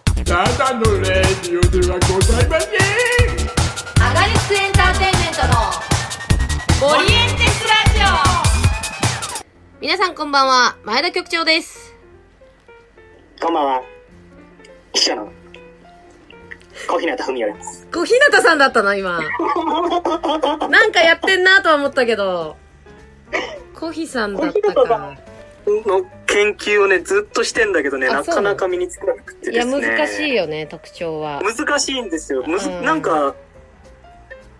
カのレディオではございませんアガリスクエンターテインメントのオリエンテスラジオ皆さんこんばんは前田局長ですこんばんは。秘書の小日向文也です。小日向さんだったな今なんかやってんなとは思ったけど小日さんだった小日向さかの研究をね、ずっとしてんだけどね、あなそうなかのなか身につかなくていでやすね。難しいよね特徴は難しいんですよ。むずうんなんか、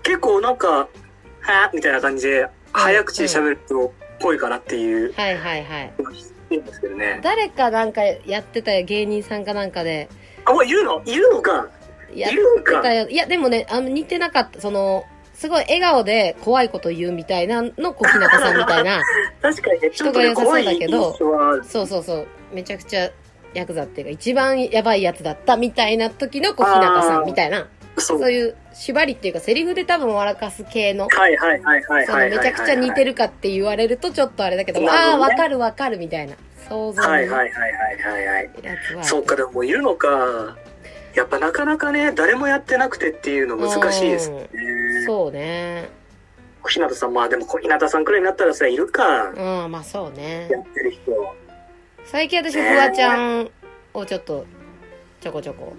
結構なんか、はぁみたいな感じで、早口で喋ると、ぽいかなっていう、はいはいはいいいんですけどね。誰かなんかやってたよ芸人さんかなんかであ、もういるのいるのかやっいるんてかたよいやでもねあの似てなかったそのすごい笑顔で怖いこと言うみたいなの小日向さんみたいな確かにね、ちょっとね、人が良さそう怖いだけ印ど象は、そうそうそうめちゃくちゃヤクザっていうか一番やばいやつだったみたいな時の小日向さあんーみたいなそう。そはういいう縛りっていうかセリフで多分笑かす系のはいはいはいはいそのはいはい。めちゃくちゃ似てる。るかって言われるとちょっとあれだけど、なるあほどねあわかるわかるみたいな想像のはいやつははいはいはいはいはい。あるそうか、でももういるのか。やっぱなかなかね、誰もやってなくてっていうの難しいですね。うんそうね小日向さん、まあでも小日向さんくらいになったらさ、いるか。うんまあそうねやってる人。最近私フワちゃんをちょっとちょこちょこ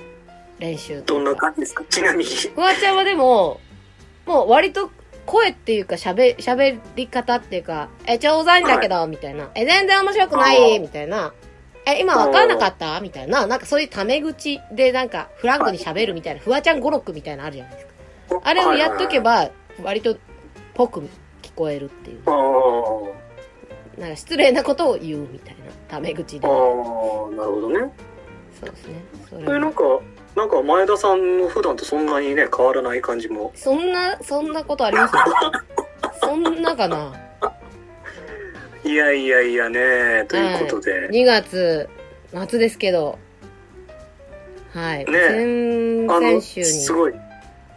練習とどんいうなか感じですかちなみに。フワちゃんはでももう割と声っていうか喋喋り方っていうか「え超うざいんだけど」みたいな「え全然面白くなあい」ーみたいな「え今わかんなかった?」みたいななんかそういうタメ口でなんかフランクに喋るみたいなフワちゃん語録みたいなのあるじゃないですかあれをやっとけば。ば割とぽく聞こえるっていうあーなんか失礼なことを言うみたいなタメ口あでー、なるほどね。そうですねそれえ、なんか、なんか前田さんの普段とそんなにね、変わらない感じも。そんな、そんなことあります そんなかないやいやいやね、ということで。 ?2 月末ですけど。はい。ねえあ先の、々週に。すごい。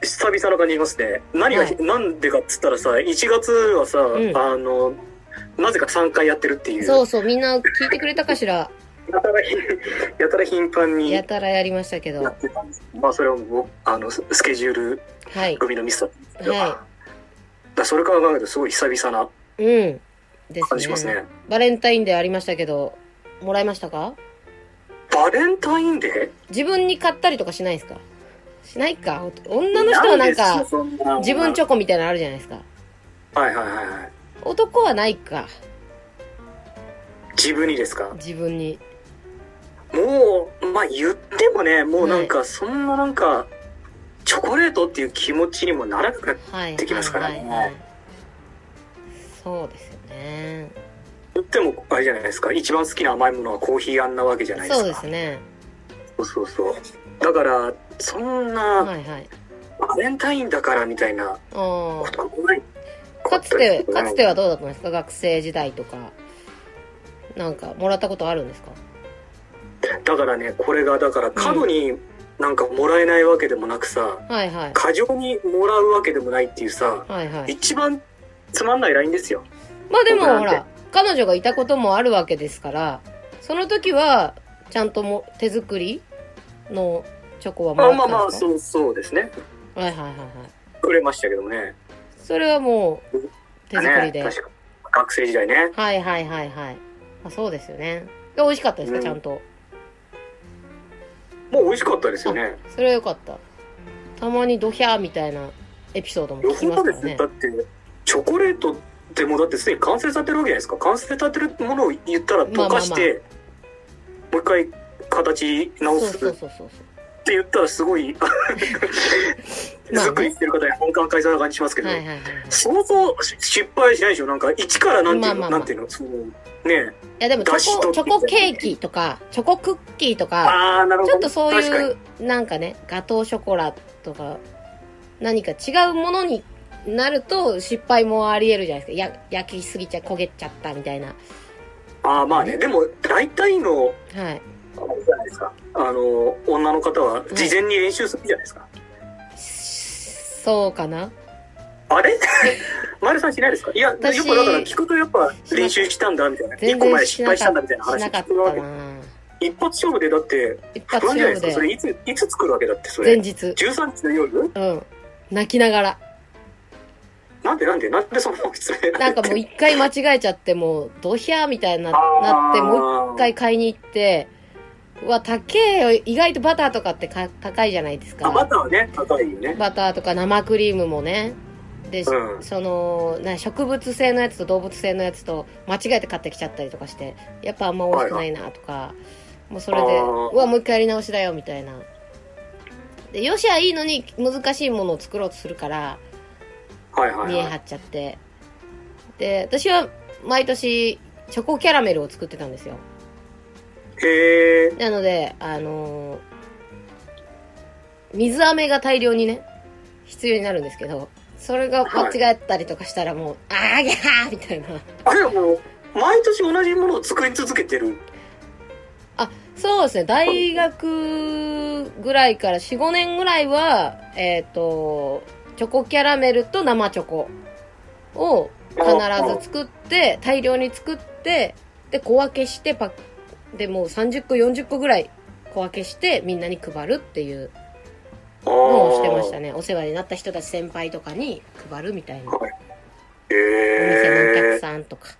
久々な感じしますね。何が、はいなんでかっつったらさ、1月はさ、んあの、なぜか3回やってるっていう。そうそう、みんな聞いてくれたかしらやたら頻、 やたら頻繁にややたらやりましたけど。っはてたんです。まあ、それはもう、あの、ススケジュールい。組のミスだったんですけど、はだそれから考えるとすごい久々なうん。で感じしますすねね。。バレンタインデーありましたけど、もらいましたかバレンタインデ自分に買ったりとかしないですかしないかー女の人はなんでか、すよそんな自分チョコみたいなのあるじゃないですか。はいはいはいはい。男はないか。自分にですか自分に。もう、まあ言ってもね、もうなんか、そんななんか、チョコレートっていう気持ちにもならなくなっはいできますからねはいはいはいそうですよねても、あれじゃないですか。一番好きな甘いものはコーヒーあんなわけじゃないですか。そうですねそうそうそうだから、そんな、はいはいバレンタインだからみたいなあことはない。あかつてかつては。はどうだったんですか学生時代とかなんかもらったことあるんですかだからね、これが、だから、過度になんかもらえないわけでもなくさ、はいはい過剰にもらうわけでもないっていうさ、はいはい一番つまんないラインですよ。まあでも僕なんほてら彼女がいたこともあるわけですからその時はちゃんとも手作りのチョコはもまらあっまあまたんあ、ですかそうそうですね。はいはいはいはいくれましたけどもね。それはもう手作りで、ね、確か学生時代ねはいはいはいはいあそうですよねで美味しかったですか、うんちゃんともう美味しかったですよねそれはよかったたまにドヒャーみたいなエピソードもよ聞きますかほどでらすねねだってチョコレートってもうだってすでに完成されてるわけじゃないですか完成されてるものを言ったら溶かして、もう一回形直そうすそうってそうそう言ったらす ごい手作りしてる方に本感返さな感じしますけど、はいはいはいはい想像し失敗しないでしょなんか一からなんていうの、まあまあまあなんていうのそのねいやでもチ出しョ取コっチョコてケーキとかチョコクッキーとかああーなるほどちょっとそう確かにいうなんかねガトーショコラとか何か違うものになると失敗もありえるじゃないですかや焼きすぎちゃ焦げちゃったみたいなああまあねでも大体のはいあれじゃないですかあの女の方は事前に練習するじゃないですか、そうかな あれ前田さんしないですかいやよくだ私から聞くとやっぱ練習したんだみたいな全1個然前し失な敗しかたっんだみたいなたし話なか聞っくわたけな一発勝負でだって、一不発安じゃない勝負ですか。そでれいつ、いつ作るわけだって、そ前れ。日13日の夜うん泣きながらなんでなんでなんでそんなの失礼なんかもう一回間違えちゃってもうドヒャーみたいにななってもう一回買いに行ってうわ高えよ意外とバターとかってか高いじゃないですあ、バかターはね、高いよね。バターとか生クリームもねで、うんそのな植物性のやつと動物性のやつと間違えて買ってきちゃったりとかしてやっぱあんま美味しくないなとかもうそれでうあーわもう一回やり直しだよみたいなでよしはいいのに難しいものを作ろうとするからはいはい見えは張い。っちゃってで私は毎年チョコキャラメルを作ってたんですよへえ。なのであのー水飴が大量にね必要になるんですけどそれがはい間違えたりとかしたらもう、あーぎゃーみたいなあれはもう、毎年同じものを作り続けてる。そうですね大学ぐらいから45年ぐらいはえっ、とチョコキャラメルと生チョコを必ず作って大量に作ってで小分けしてパックでもう30個40個ぐらい小分けしてみんなに配るっていうあのをしあ。てましたねお世話になった人たち先輩とかに配るみたいなおへ店のお客え。さんとか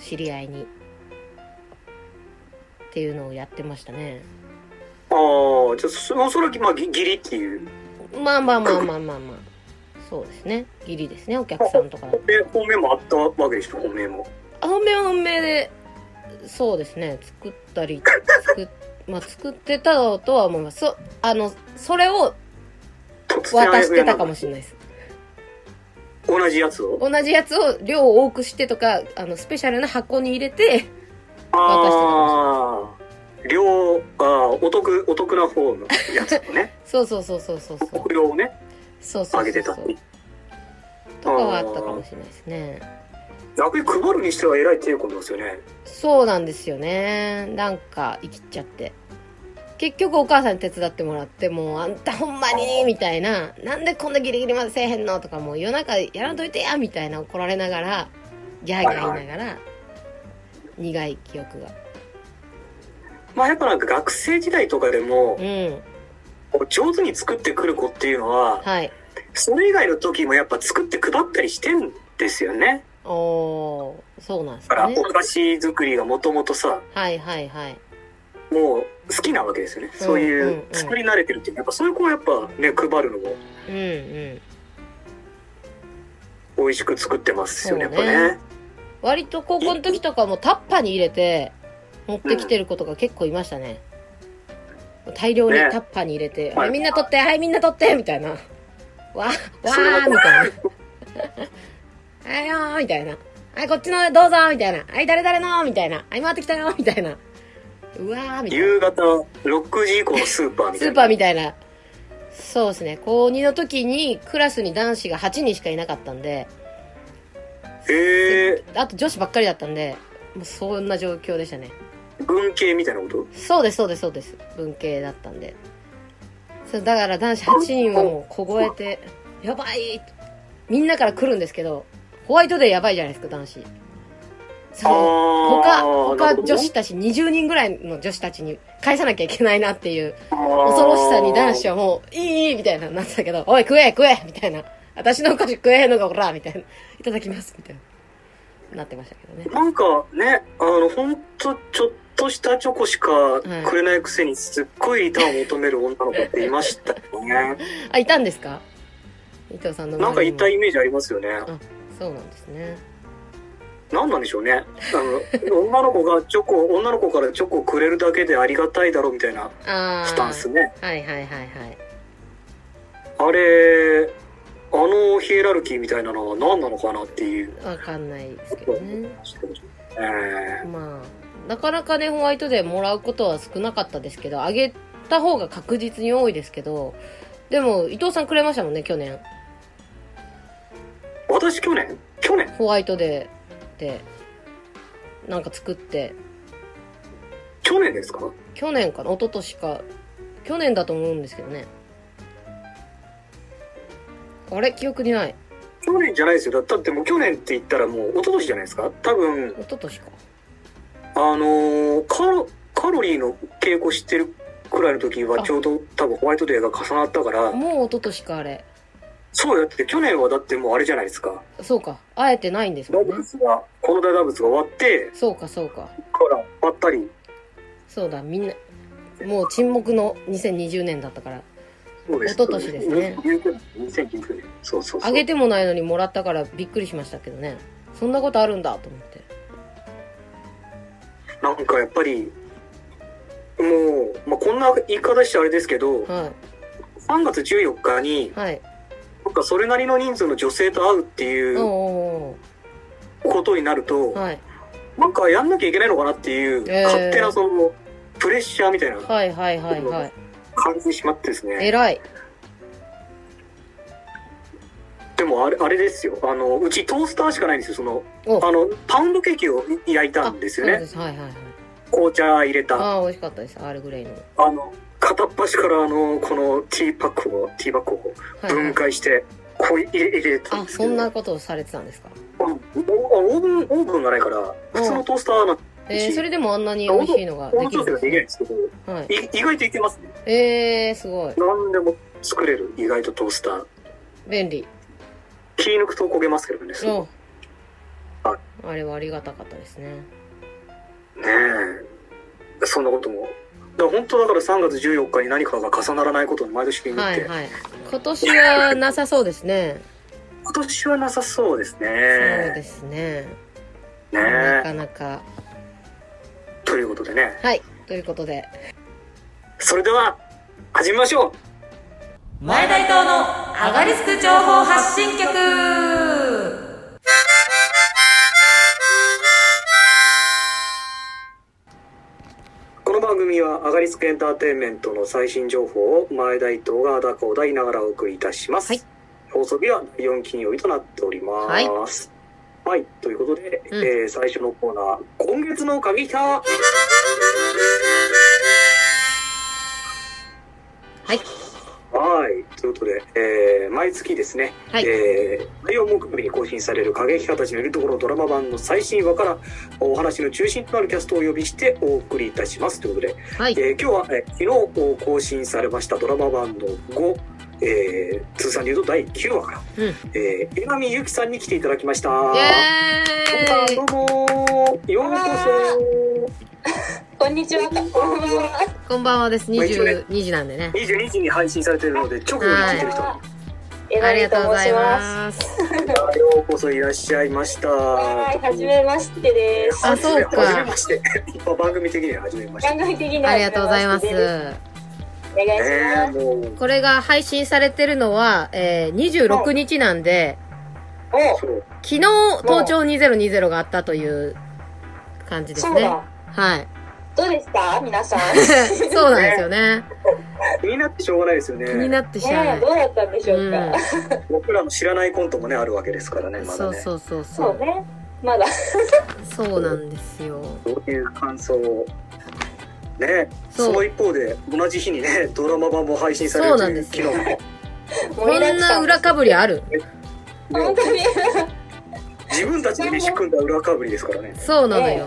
知り合いにっていうのをやってましたねああ、じゃあ、そそれは、まあ、ぎ義理っていう。まあまあまあまあまあまあそうですねギリですねお客さんとかだとで、本命もあったわけでしょ、本命も。あ本命は本命でそうですね作ったり作っまあ作ってたとは思いますそあのそれを突然渡してたかもしれないです同じやつを同じやつを量を多くしてとかあのスペシャルな箱に入れてああ量あーお得お得な方のやつをねそうそうそうそう そうそうこれをねそうそあうげそてうたってとかはあったかもしれないですね逆に配るにしてはえらい抵抗ですよねそうなんですよねなんか生きちゃって結局お母さんに手伝ってもらってもうあんたほんまにみたいななんでこんなギリギリまでせえへんのとかもう夜中やらんといてやみたいな怒られながらギャーギャー言いながら苦い記憶がまあやっぱなんか学生時代とかでもうん上手に作ってくる子っていうのははいそれ以外の時もやっぱ作って配ったりしてんですよねおーそうなんですだかからねお菓子作りがもともとさはいはいはいもう好きなわけですよねそううんいうんううん作り慣れてるっていうかやっぱそういう子はやっぱね配るのもうんうん美味しく作ってますよねやっぱそうねね割と高校の時とかもタッパーに入れて持ってきてることが結構いましたね、大量にねタッパーに入れて「はいみんな取ってはいみんな取って」みたいな「わわそれー」はみたいな「はいよー」みたいな「はいこっちのどうぞ」みたいな「はい誰々の」みたいな「はい回ってきたよ」みたいな「うわー」みたいな夕方6時以降のスーパーみスたいなーパーみたいなそうですね高2の時にクラスに男子が8人しかいなかったんでへえあと女子ばっかりだったんでもうそんな状況でしたね文系みたいなことそうですそうですそうです文系だったんでそうだから男子8人はもう凍えて「やばい!」みんなから来るんですけどホワイトデーやばいじゃないですか男子その他他女子たち20人ぐらいの女子たちに返さなきゃいけないなっていう恐恐ろしさに男子ははもう「いいいい」みたいななってたけど「おい食え食え」みたいな「私のお菓子食えへんのかこら」みたいな「いただきます」みたいななってましたけどねなんかねあのほんとちょっとしたチョコしかくれないくせにすっごいリターンを求める女の子っていましたよね あいたんですか伊藤さんの周りにもなんかいたイメージありますよねあそうなんですね何なんでしょうねあの女の子がチョコ女の子からチョコをくれるだけでありがたいだろうみたいなああスタンスねはいはいはいはいあれあのヒエラルキーみたいなのは何なのかなっていうわかんないですけどねえーまあなかなかねホワイトデーもらうことは少なかったですけどあげた方が確実に多いですけどでも伊藤さんくれましたもんね去年私去年去年ホワイトデーでなんか作って去年ですか去年かな一昨年か去年だと思うんですけどねあれ記憶にない去年じゃないですよだだってもう去年って言ったらもう一昨年じゃないですか多分一昨年かあのー、カロカカロリーの稽古してるくらいの時はあちょうど多分ホワイトデーが重なったから、もう一昨年か、あれ。そうやって去年はだってもうあれじゃないですか。そうか。会えてないんですも大んね。仏が、この大大仏が終わって、そうか、そうか。からばったり、そうだ、みんな、もう沈黙の2020年だったから。そうです。一昨年ですね2019年。2019年。そうそうそう。あげてもないのにもらったからびっくりしましたけどね。そんなことあるんだと思って。なんかやっぱり、もう、まあ、こんな言い方してあれですけど、は3月14日にい。、はい。なんかそれなりの人数の女性と会うっていおううおことになると、うおうはい。なんかやんなきゃいけないのかなっていう、えー勝手なその、プレッシャーみたいなのをはいはいはいはい。感じてしまってですね。偉い。でもあれ、あれですよ。あの、うちトースターしかないんですよ。その、おあの、パウンドケーキを焼いあたんですよそうねで。す。はいはいはい。紅茶入れた。ああ、美味しかったです。アールグレイの。はあの、片っ端からあの、このティーパックを、ティーバッグをい、は分い。解して、こう入れ入れたんあ、ですけそど。んなことをされてたんですか。あのオーブン、オーブンがないから、普通のトースターなんえー、それでもあんなに美味しいのがで温度きる調ん整ができなでいんですすけど、ね。はい。い意外といけますね。えー、すごい。何でも作れる、意外とトースター。便利。気抜くと焦げますけどね、おはあれはありがたかったですね。ねえ。そんなことも。だから本当だから3月14日に何かが重ならないことに毎年見って、はいはい。今年はなさそうですね。今年はなさそうですね。そうですね。ねなえ。かなか。ということでね。はい。ということで。それでは、始めましょう前大東のアガリスク情報発信局この番組はアガリスクエンターテインメントの最新情報を前大東があだこうだ言いながらお送りいたします、はい放送日は第4金曜日となっておりますはい、ということで、うんえー最初のコーナー「今月の鍵北」はいはいはいということで、えー毎月ですね、はい。えー、第4木曜日に更新される影北たちのいるところドラマ版の最新話からお話の中心となるキャストをお呼びしてお送りいたしますということではい。えー今日は、えー昨日更新されましたドラマ版の5、えー通算でいうと第9話から、うんえー江上由紀さんに来ていただきました。イ江上さんエどーうイもようここんにちは、こんばんは。こんばんはです。まあ一応ね22時なんでねそ。22時に配信されているので直後に聞いてる人に、えあなりりがととうご申ざしいます。ます。ようこそいらっしゃいました。はい、はじめましてです。あそうかはじめまして。 まあ番組的にははじめまして。番組的にはありがとうございます初。めましてですお願いしまねす。えもうこれが配信されてるのは、えー、26日なんで、そう昨日、東京2020があったという感じお、ですそうね。だ。はい。 どうですか、皆さん。そうなんですよね。気になってしょうがないですよね。気になってしゃあなねえ、いど。うだったんでしょうか。僕らの知らないコントもねあるわけですからねうん。まそだうね。そうそうそそうう。ね。まだ。そうなんですよ。どういう感想をねそそうの一方で同じ日にねドラマ版も配信されるという機そう能なもんねこんな裏かぶりある本当に。自分たちで飯組んだ裏かぶりですからねそうなのよ。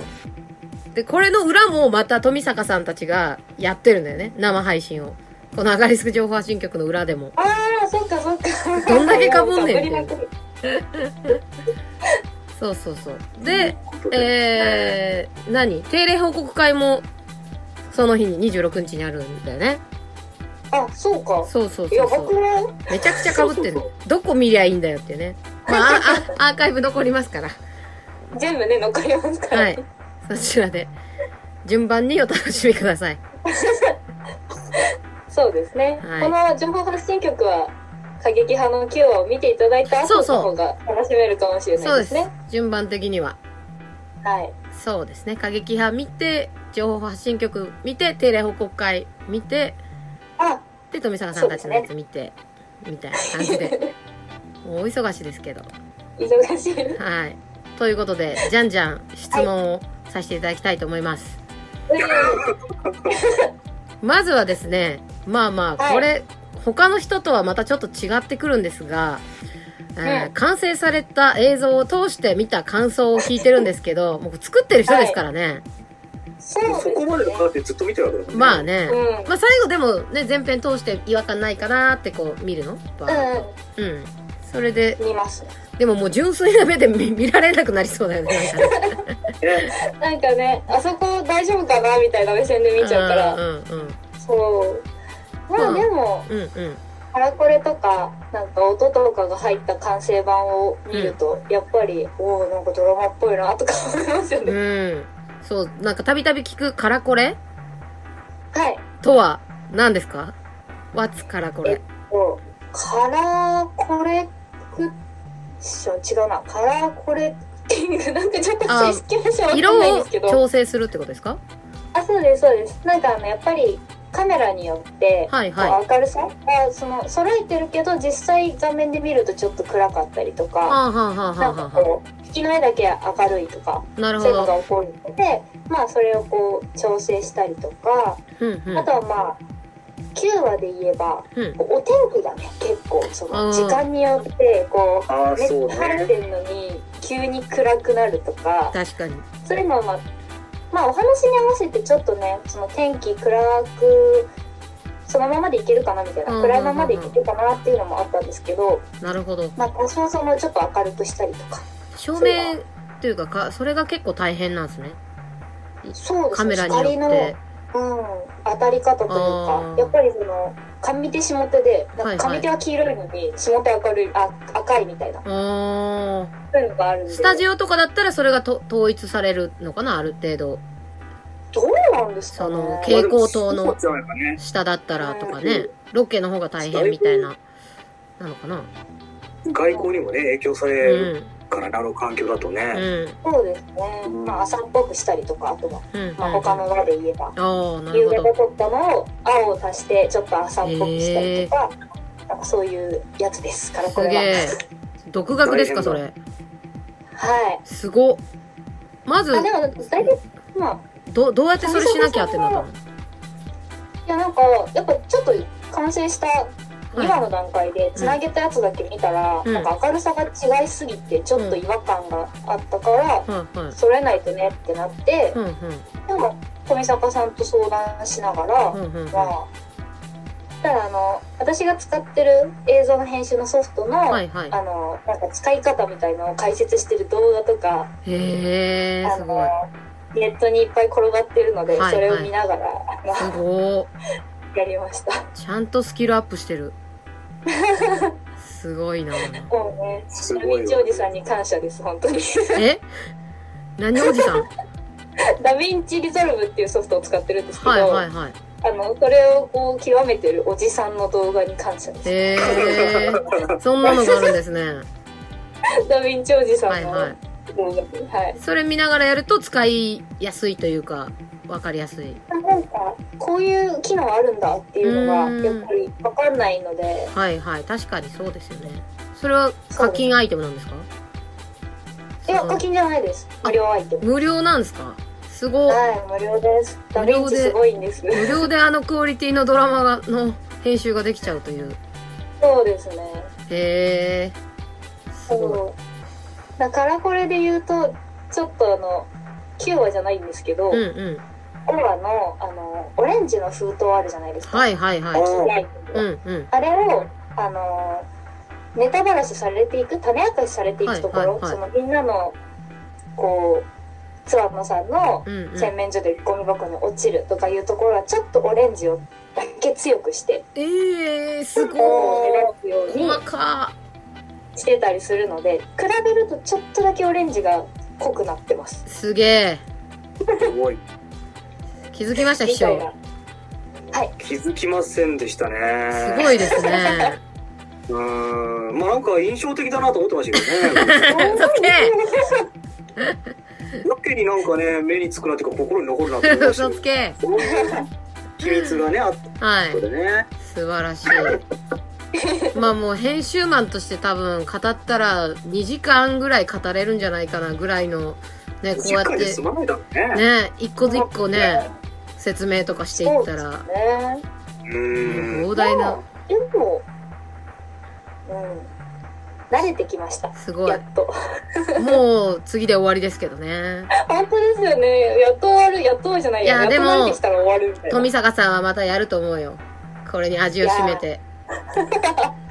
で、これの裏もまた富坂さんたちがやってるんだよね。生配信を。このアガリスク情報発信局の裏でも。ああ、そっかそっか。どんだけかぶんねんっていうもうかぶりまくそうそうそう。で、ことでえー、何定例報告会も、その日に26日にあるんだよね。り あ、そうか。そうそういや、そうそ僕う。は、めちゃくちゃ被ってるそうそどこ見りゃいいんだよっていうね。まあ、ああアーカイブ残りますから。全部ね、残りますから。はい。そちらで、順番にお楽しみください。 そうですね、はいこの情報発信局は過激派の9話を見ていただいたそう後そうの方が楽しめるかもしれそなういでですすね。。順番的には。はい。そうですね。過激派見て、情報発信局見て、定例報告会見て、あ、で、富坂さんたちのやつ見て、みたいな感じ で。もう大忙しですけど。忙しい。はい。ということで、じゃんじゃん質問をさせていただきたいと思います。まずはですね、まあまはあ、いこれ、他の人とはまたちょっと違ってくるんですが、えーうん完成された映像を通して見た感想を聞いてるんですけど、もう作ってる人ですからね。そうですそねこまでのカーテンずっと見てるわけだもんね。まあね。うんまあ最後でもね、前編通して違和感ないかなってこう見るのバーッとうん。それで、見ますでももう純粋な目で見 見られなくなりそうだよね。なんかねね。なんかねあそこ大丈夫かなみたいな目線で 見ちゃうからうんうんそうまうあんでもうん。うんうん。カラコレとかなんか音とかが入った完成版を見ると、やっぱりおおなんかドラマっぽいなとか思いますよね、うん。そう、なんかたびたび聞くカラコレはいとは何ですか ?What's カラコレそうカラーコレクション違うなカラーコレクティングなんかちょっとあ正式名称わかんないん色でをすけど調整するってことですかあそうですそうですなんかあのやっぱりカメラによって、はいはいこう明るさがその揃えてるけど実際画面で見るとちょっと暗かったりとはかあ、はあはあはなあはんかあはこう引きの絵だけ明るいとかあ。なるそほういうのど。が起こるので、まあそれをこう調整したりとか、うんうんあとはまあ9話で言えば、うんこうお天気がね結構そあーの時間によってこうああ、めそっちうゃ晴ね。れてんのに急に暗くなるとか、確かに。そういうのはまあまあお話に合わせてちょっとねその天気暗くそのままでいけるかなみたいな、うんうんうんうん暗いままでいけるかなっていうのもあったんですけど、なるほど。まあ多少そのちょっと明るくしたりとか。照明っていうかか、それが結構大変なんですね。そうですカねメラによ光のって。うん、当たり方というあかーやっぱりその上手下手ではないんはかい上手は黄色いのに下手明るいあ赤いみたいなあーそういうのがあるんでスタジオオとかだったらそれがと統一されるのかなある程度どうなんですかそねの蛍光灯まあのでもそうなんかね。下だったらとかうねんロケの方が大変みたいななのかな外交にもね、影響さうれるんからね、あの環境だとうね。んそうですね、うんまあ、朝っぽくしたりとかあとは、うんまあ、他の輪で言えばああな夕るほ方ど撮ったのを青を足してちょっと朝っぽくしたりとか,、なんかそういうやつですからこすれげはえ独学ですかそれはいすごっまずあでも大体まあどどうやってそれしなきゃってなったのいやなんかやっぱちょっと完成したい今の段階でつなげたやつだけ見たら、うんなんか明るさが違いすぎてちょっと違和感があったから、はいはいそれないとねってなってう、んでも富坂さんと相談しながら、うんうんうんうんまあそしたらあの私が使ってる映像の編集のソフトの、はいはいあのなんか使い方みたいのを解説してる動画とか、へえあすごいのネットにいっぱい転がってるので、はいそれはをい見なが ら、あのすごっやりました。ちゃんとスキルアップして るすごいなもうね、すすごごいいわダヴィンチおじさんに感謝です、本 当に。え何おじさん ダヴィンチリゾルブっていうソフトを使ってるんですけど、はいはいはいあの、それをこう、極めてるおじさんの動画に感謝です。へえそんなのがあるんです ねダヴィンチおじさはんいのはい動画で、はい。それ見ながらやると使いやすいというかわかりやすいなんか、こういう機能あるんだっていうのうが、んやっぱりわかんないので、はいはい確かにそうですよねそれは課金アイテムなんですかいや、その課金じゃないです。無料アイテム。無料なんですかすごいはい、無料です。ダ無ヴ料でィンチすごい んです。無料であのクオリティのドラマがの編集ができちゃうというそうですね。へえすごいそう。だからこれで言うと、ちょっとあの、9話じゃないんですけど、うんうんオラのあのオレンジの封筒あるじゃないですか。はいはいはいはいうんうんあれをあのネタばらしされていく種明かしされていくところ、はいはいはいそのみんなのこうツアーのさんのうんうん洗面所でゴミ箱に落ちるとかいうところはちょっとオレンジをだけ強くしてええすこごうい目立つよ細かうにしてたりするので比べるとちょっとだけオレンジが濃くなってます。すげえすごい。気づきましたみ秘たい書な。気づきませんでしたね。すごいですねうーん。まあなんか印象的だなと思ってましたけどね。嘘つけやけになんかね、目につくなっていうか心に残るなって思いました嘘けつけど。そういう秘密がね、あっはたいのでね。素晴らしいまあもう編集マンとして多分語ったら2時間ぐらい語れるんじゃないかなぐらいのねこうしやっっかりて済まないだろうね。ね一個ず一個ね説明とかしていったらねうーん。膨大なまあでも、うん。慣れてきました。すごいやっと。もう次で終わりですけどね。本当ですよね。やっと終わる、やっと終わるじゃないいやや。やっとでも慣れてきたら終わるみたいな。富坂さんはまたやると思うよ。これに味を占めて。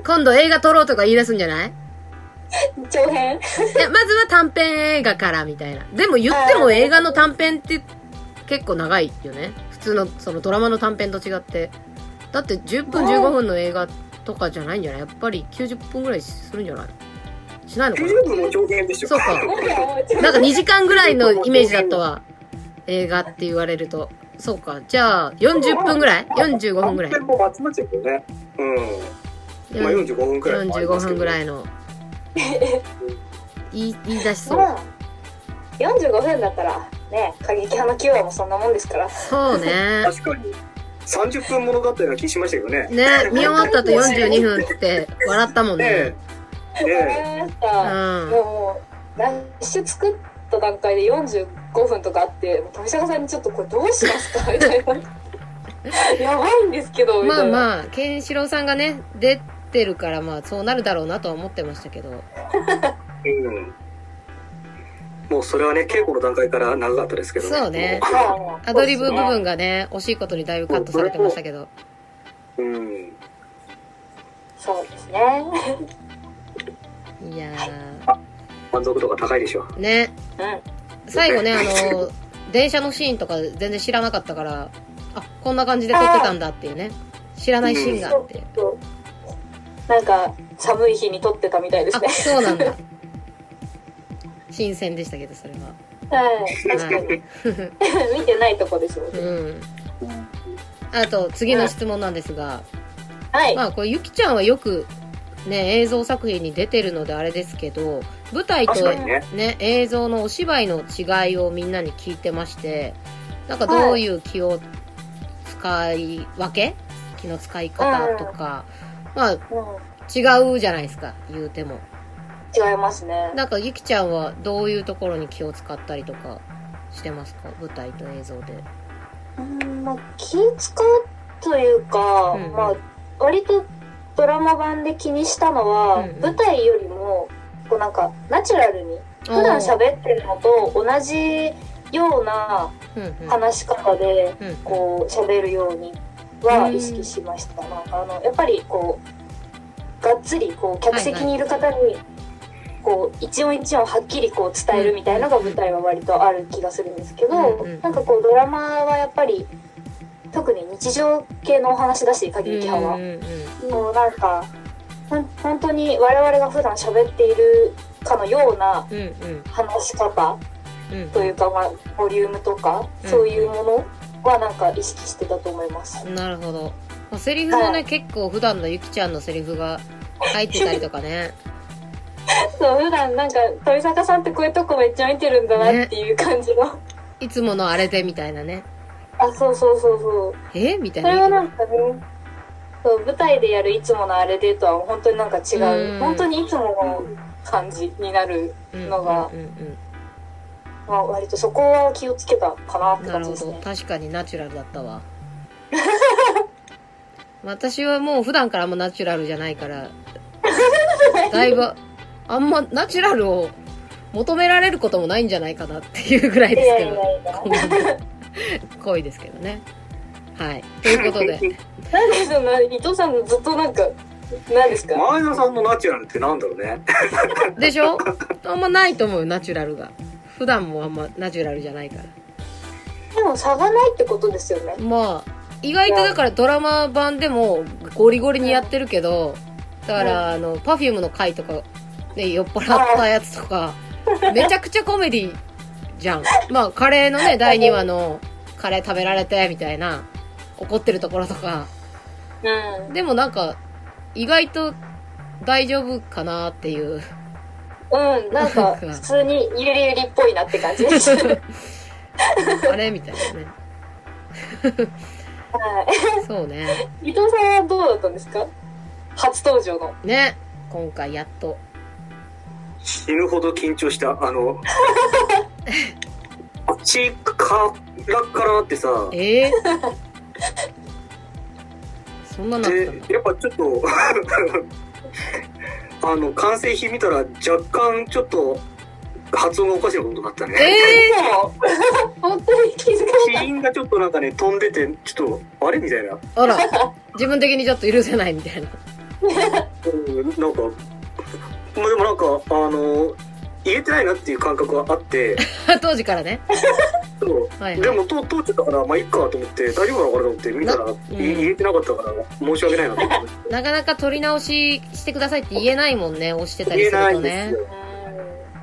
今度映画撮ろうとか言い出すんじゃない長編いや、まずは短編映画からみたいな。でも言っても映画の短編って結構長いよね。普通のそのドラマの短編と違って。だって10分15分の映画とかじゃないんじゃないやっぱり90分ぐらいするんじゃないしないのかな90分も上限でしょそうか。なんか2時間ぐらいのイメージだったわ。映画って言われると。そうか。じゃあ40分ぐらい ?45 分ぐらい短。編もまちまちだけどね。うん。まあ45分くらいもあり45ますけ分ぐど。らいの。言い言い出しそう。まあ、45分だから、ね、過激派の9話もそんなもんですから。そうね。確かに30分ものだったような気しましたけどね。ね、見終わった後42分って笑ったもんねね。え。ねわかりましうた。ん。でもう、ラッシュ作った段階で45分とかあって、もう富坂さんにちょっとこれどうしますか みたいな。やばいんですけど、みまたあいな。まあ、ケンシロウさんがね、出てるから、まあそうなるだろうなとは思ってましたけど。え。うん。もうそれはね、稽古の段階から長かったですけどね。そうねもまあまあアドリブ部分がね、惜しいことにだいぶカットされてましたけど。う。うん。そうですね。いや満足度が高いでしょ。ー。ね。うん。最後ね、あの、電車のシーンとか全然知らなかったから、あ、こんな感じで撮ってたんだっていうね。知らないシーンがあって。そうなんか、寒い日に撮ってたみたいですあね、。そうなんだ。 新鮮でしたけど、それは。はい。確かに。 見てないとこですもんね。うん。あと、次の質問なんですが、はい。まあこれゆきちゃんはよくね映像作品に出てるのであれですけど舞台と確かにね。ね映像のお芝居の違いをみんなに聞いてましてなんかどういう気を使い分け気の使い方とか、まあう違うじゃないですか言うてもん、違いますね。なんかゆきちゃんはどういうところに気を使ったりとかしてますか舞台と映像でうん、まあ、気使うというか、うんまあ、割とドラマ版で気にしたのは、うんうん舞台よりも、こうなんか、ナチュラルに、普段喋ってるのと同じようなうんうん話し方で、うんこう、喋るようには意識しました。なんか、あの、やっぱりこう、がっつり、こう、客席にいる方に、こう一音一音はっきりこう伝えるみたいなのが舞台は割とある気がするんですけど、うんうんなんかこうドラマはやっぱり特に日常系のお話だし過激派は、うんうんうんもうなんかほん本当に我々が普段喋っているかのようなうんうん話し方うんうんというか、まあ、ボリュームとか、うんそういうものはなんか意識してたと思います。なるほど。まあ、セリフもはね、い結構普段のゆきちゃんのセリフが入ってたりとか ね。そう普段なんか鳥坂さんってこういうとこめっちゃ見てるんだなっていう感じの、いつものあれでみたいなね。あそうそうそうそうえみたいそな。れはなんかねそう舞台でやるいつものあれでとは本当になんか違う、うん本当にいつもの感じになるうんのがうんうんまあ割とそこは気をつけたかなっうんてな感るじほですど。ね確かにナチュラルだった わ。私はもう普段からあんまナチュラルじゃないから、だいぶ、あんまナチュラルを求められることもないんじゃないかなっていうぐらいいですやけいやど。いや 濃いですけどね。はい。ということで。 なんでそんな伊藤さんのずっとなんか何ですか前田さんのナチュラルってなんだろうね。でしょあんまないと思うよナチュラルが普段もあんまナチュラルじゃないからでも差がないってことですよねまあ意外とだからドラマ版でもゴリゴリにやってるけどだからあの Perfume の回とかね酔っ払ったやつとかめちゃくちゃコメディじゃんまあカレーのね第2話のカレー食べられてみたいな怒ってるところとかうんでもなんか意外と大丈夫かなっていううんなんか普通にゆりゆりっぽいなって感 じですはいあれみたいなねそうね伊藤さんはどうだったんですか初登場のね今回やっと死ぬほど緊張した。あの、口からからってさ、ええ そんななったんだでやっぱちょっと あの、完成品見たら若干ちょっと発音がおかしなことになったね。えもう本当に気づか死因がちょっとなんかね、飛んでて、ちょっと、あれみたいな。ー、あら、自分的にちょっと許せないみたいな。 うん、なんか、まあでもなんか、あの、言えてないなっていう感覚はあ って、当時からね。そうはいはいでもと通っちゃったから、まあいっかと思って、大丈夫なのかなと思って見たら、い言えてなかったから、申し訳ないなと思って。なかなか取り直ししてくださいって言えないもんね、押してたり言えするないとんですね。よ。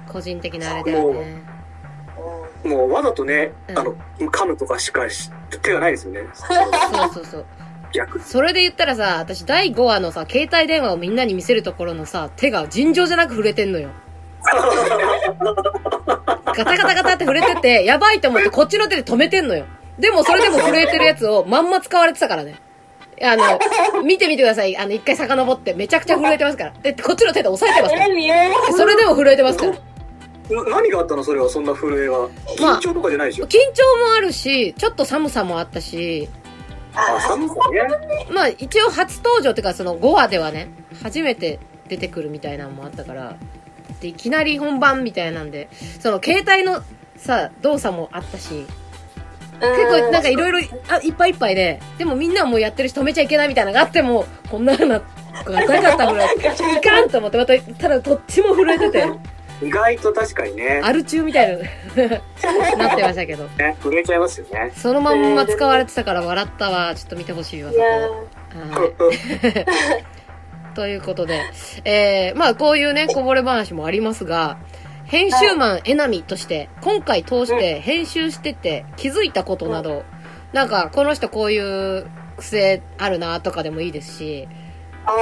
個人的なあれだよね。もうわざとね、うんあの、噛むとかしかし手がないですよ ね。そうそうそう。逆に。それで言ったらさ、私第5話のさ、携帯電話をみんなに見せるところのさ、手が尋常じゃなく触れてんのよ。ガタガタガタって触れてて、やばいと思ってこっちの手で止めてんのよ。でもそれでも震えてるやつをまんま使われてたからね。あの、見てみてください。あの、一回遡って、めちゃくちゃ震えてますから。で、こっちの手で押さえてますからない。え見えでそれでも震えてますから。な何があったのそれは、そんな震えは。まあ緊張とかじゃないでしょ緊張。もあるし、ちょっと寒さもあったし、あ、寒さね。まあ一応初登場っていうかその5話ではね、初めて出てくるみたいなのもあったから、で、いきなり本番みたいなんで、その携帯のさ、動作もあったし、結構なんかいろいろ、あ、いっぱいいっぱいで、でもみんなはもうやってるし止めちゃいけないみたいなのがあっても、こんなのな、ガタガタぐらい、いかんと思って、また、ただどっちも震えて て、意外と確かにね。アル中みたいな、 なってましたけど。ね、震えちゃいますよね。そのまんま使われてたから笑ったわ。ちょっと見てほしいわ、いそこ。やはい。ということで、えー、まあこういうね、こぼれ話もありますが、編集マンえなみとして、今回通して編集してて気づいたことなど、なんかこの人こういう癖あるなとかでもいいですし、あ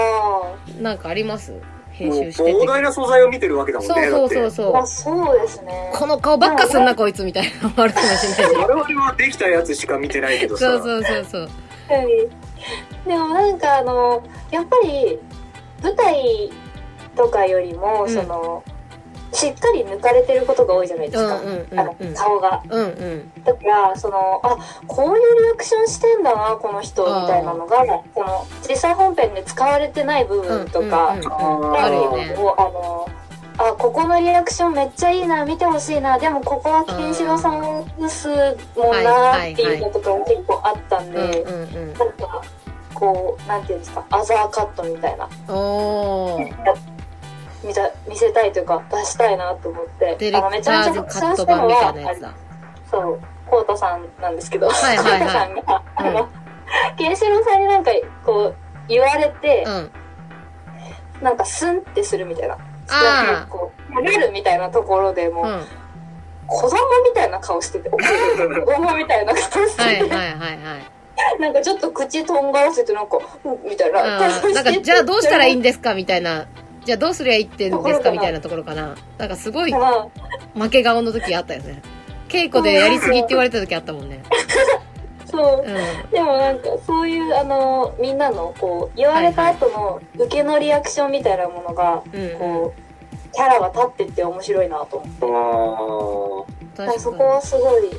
なんかあります編もう集してて。膨大な素材を見てるわけだもんね。そうそうそうだってーそまあそうですねう。この顔ばっかすんなこいつみたいなのもあるかもしれないし。我々はできたやつしか見てないけどそさ。うそうそうそう。はいでもなんかあのやっぱり舞台とかよりも、うんそのしっかり抜かれてることが多いじゃないでうんすうか、んうんあのうん。顔がうんうん。だからそのあこういうリアクションしてんだなこの人みたいなのがこの実際本編で使われてない部分とか、うんうんうんあーあるよね。をあのあここのリアクションめっちゃいいな見てほしいなでもここはケンシロウさんですもんなっていうのとかも結構あったんで、うんうんうん。なんかこうなんていうんですかアザーカットみたいなおー。見た見せたいというか出したいなと思ってディレあのクターズカット版みたいなやつだ。そうコウタさんなんですけどコウはいはいはいタさんが、うんあのケンシロウさんになんかこう言われてう、ん。なんかスンってするみたいな。あーこう、慣れるみたいなところでもう、うん。子供みたいな顔してて、お 子供みたいな顔してて、はいはいはいはい。なんかちょっと口とんがらせて、なんか、うんみたいな顔してうてん。なんか、じゃあどうしたら いいんだですかみたいな。じゃあどうすりゃいいってんですかみたいなところかな。なんかすごいま負け顔の時あったよね。稽古でやりすぎって言われた時あったもんね。あ、そうう。ん。でもなんか、そういう、あの、みんなの、こう、言われた後の受けのリアクションみたいなものが、うん。こう、キャラが立ってって面白いなと思って。あーだからそ確こかはすごい、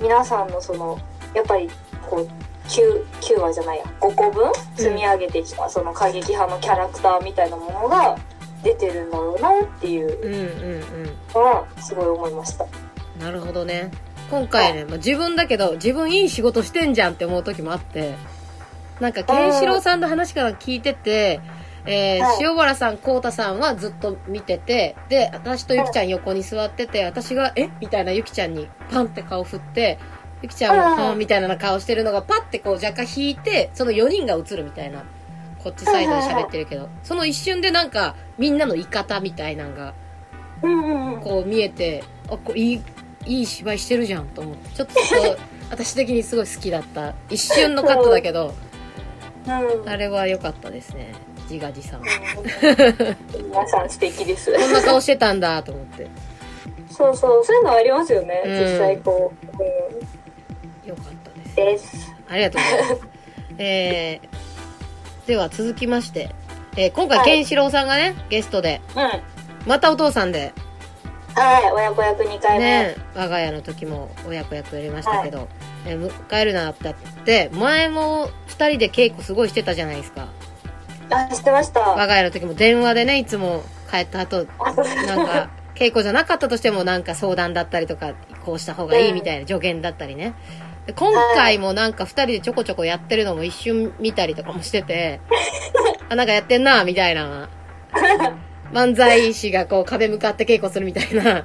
皆さんのその、やっぱり、こう、9, 9話じゃないや5個分積み上げてきた、その過激派のキャラクターみたいなものが出てるんだろうなっていうに。うんうんうん。のはすごい思いました。なるほどね。今回ね、まあ、自分だけど、自分いい仕事してんじゃんって思う時もあって、なんか、ケンシロウさんの話から聞いてて、えーはい塩原さん、コウタさんはずっと見てて、で、私とゆきちゃん横に座ってて、私が、えみたいなゆきちゃんにパンって顔振って、ゆきちゃんもうんパンみたいな顔してるのがパッてこう若干引いて、その4人が映るみたいな。こっちサイドで喋ってるけど、その一瞬でなんか、みんなの言い方みたいなんがうんうんうん。こう見えてあこういいいい芝居してるじゃんと思ってちょっとそこ私的にすごい好きだった一瞬のカットだけどうんあれは良かったですね自画自賛皆さん素敵です。こんな顔してたんだと思ってそうそう、そういうのありますよね、うん実際こう。うん良かったですです。ありがとうございますえー、では続きまして、えー今回はいケンシロウさんがねゲストでうん。はい、またお父さんで親子役2回目。ね、我が家の時も親子役やりましたけど、えー迎えるなだって前も2人で稽古すごいしてたじゃないですかあ、知ってました。我が家の時も電話でね、いつも帰った後、なんか、稽古じゃなかったとしてもなんか相談だったりとか、こうした方がいいみたいな助言だったりね。で今回もなんか二人でちょこちょこやってるのも一瞬見たりとかもしてて、あ、なんかやってんな、みたいな。漫才師がこう壁向かって稽古するみたいな。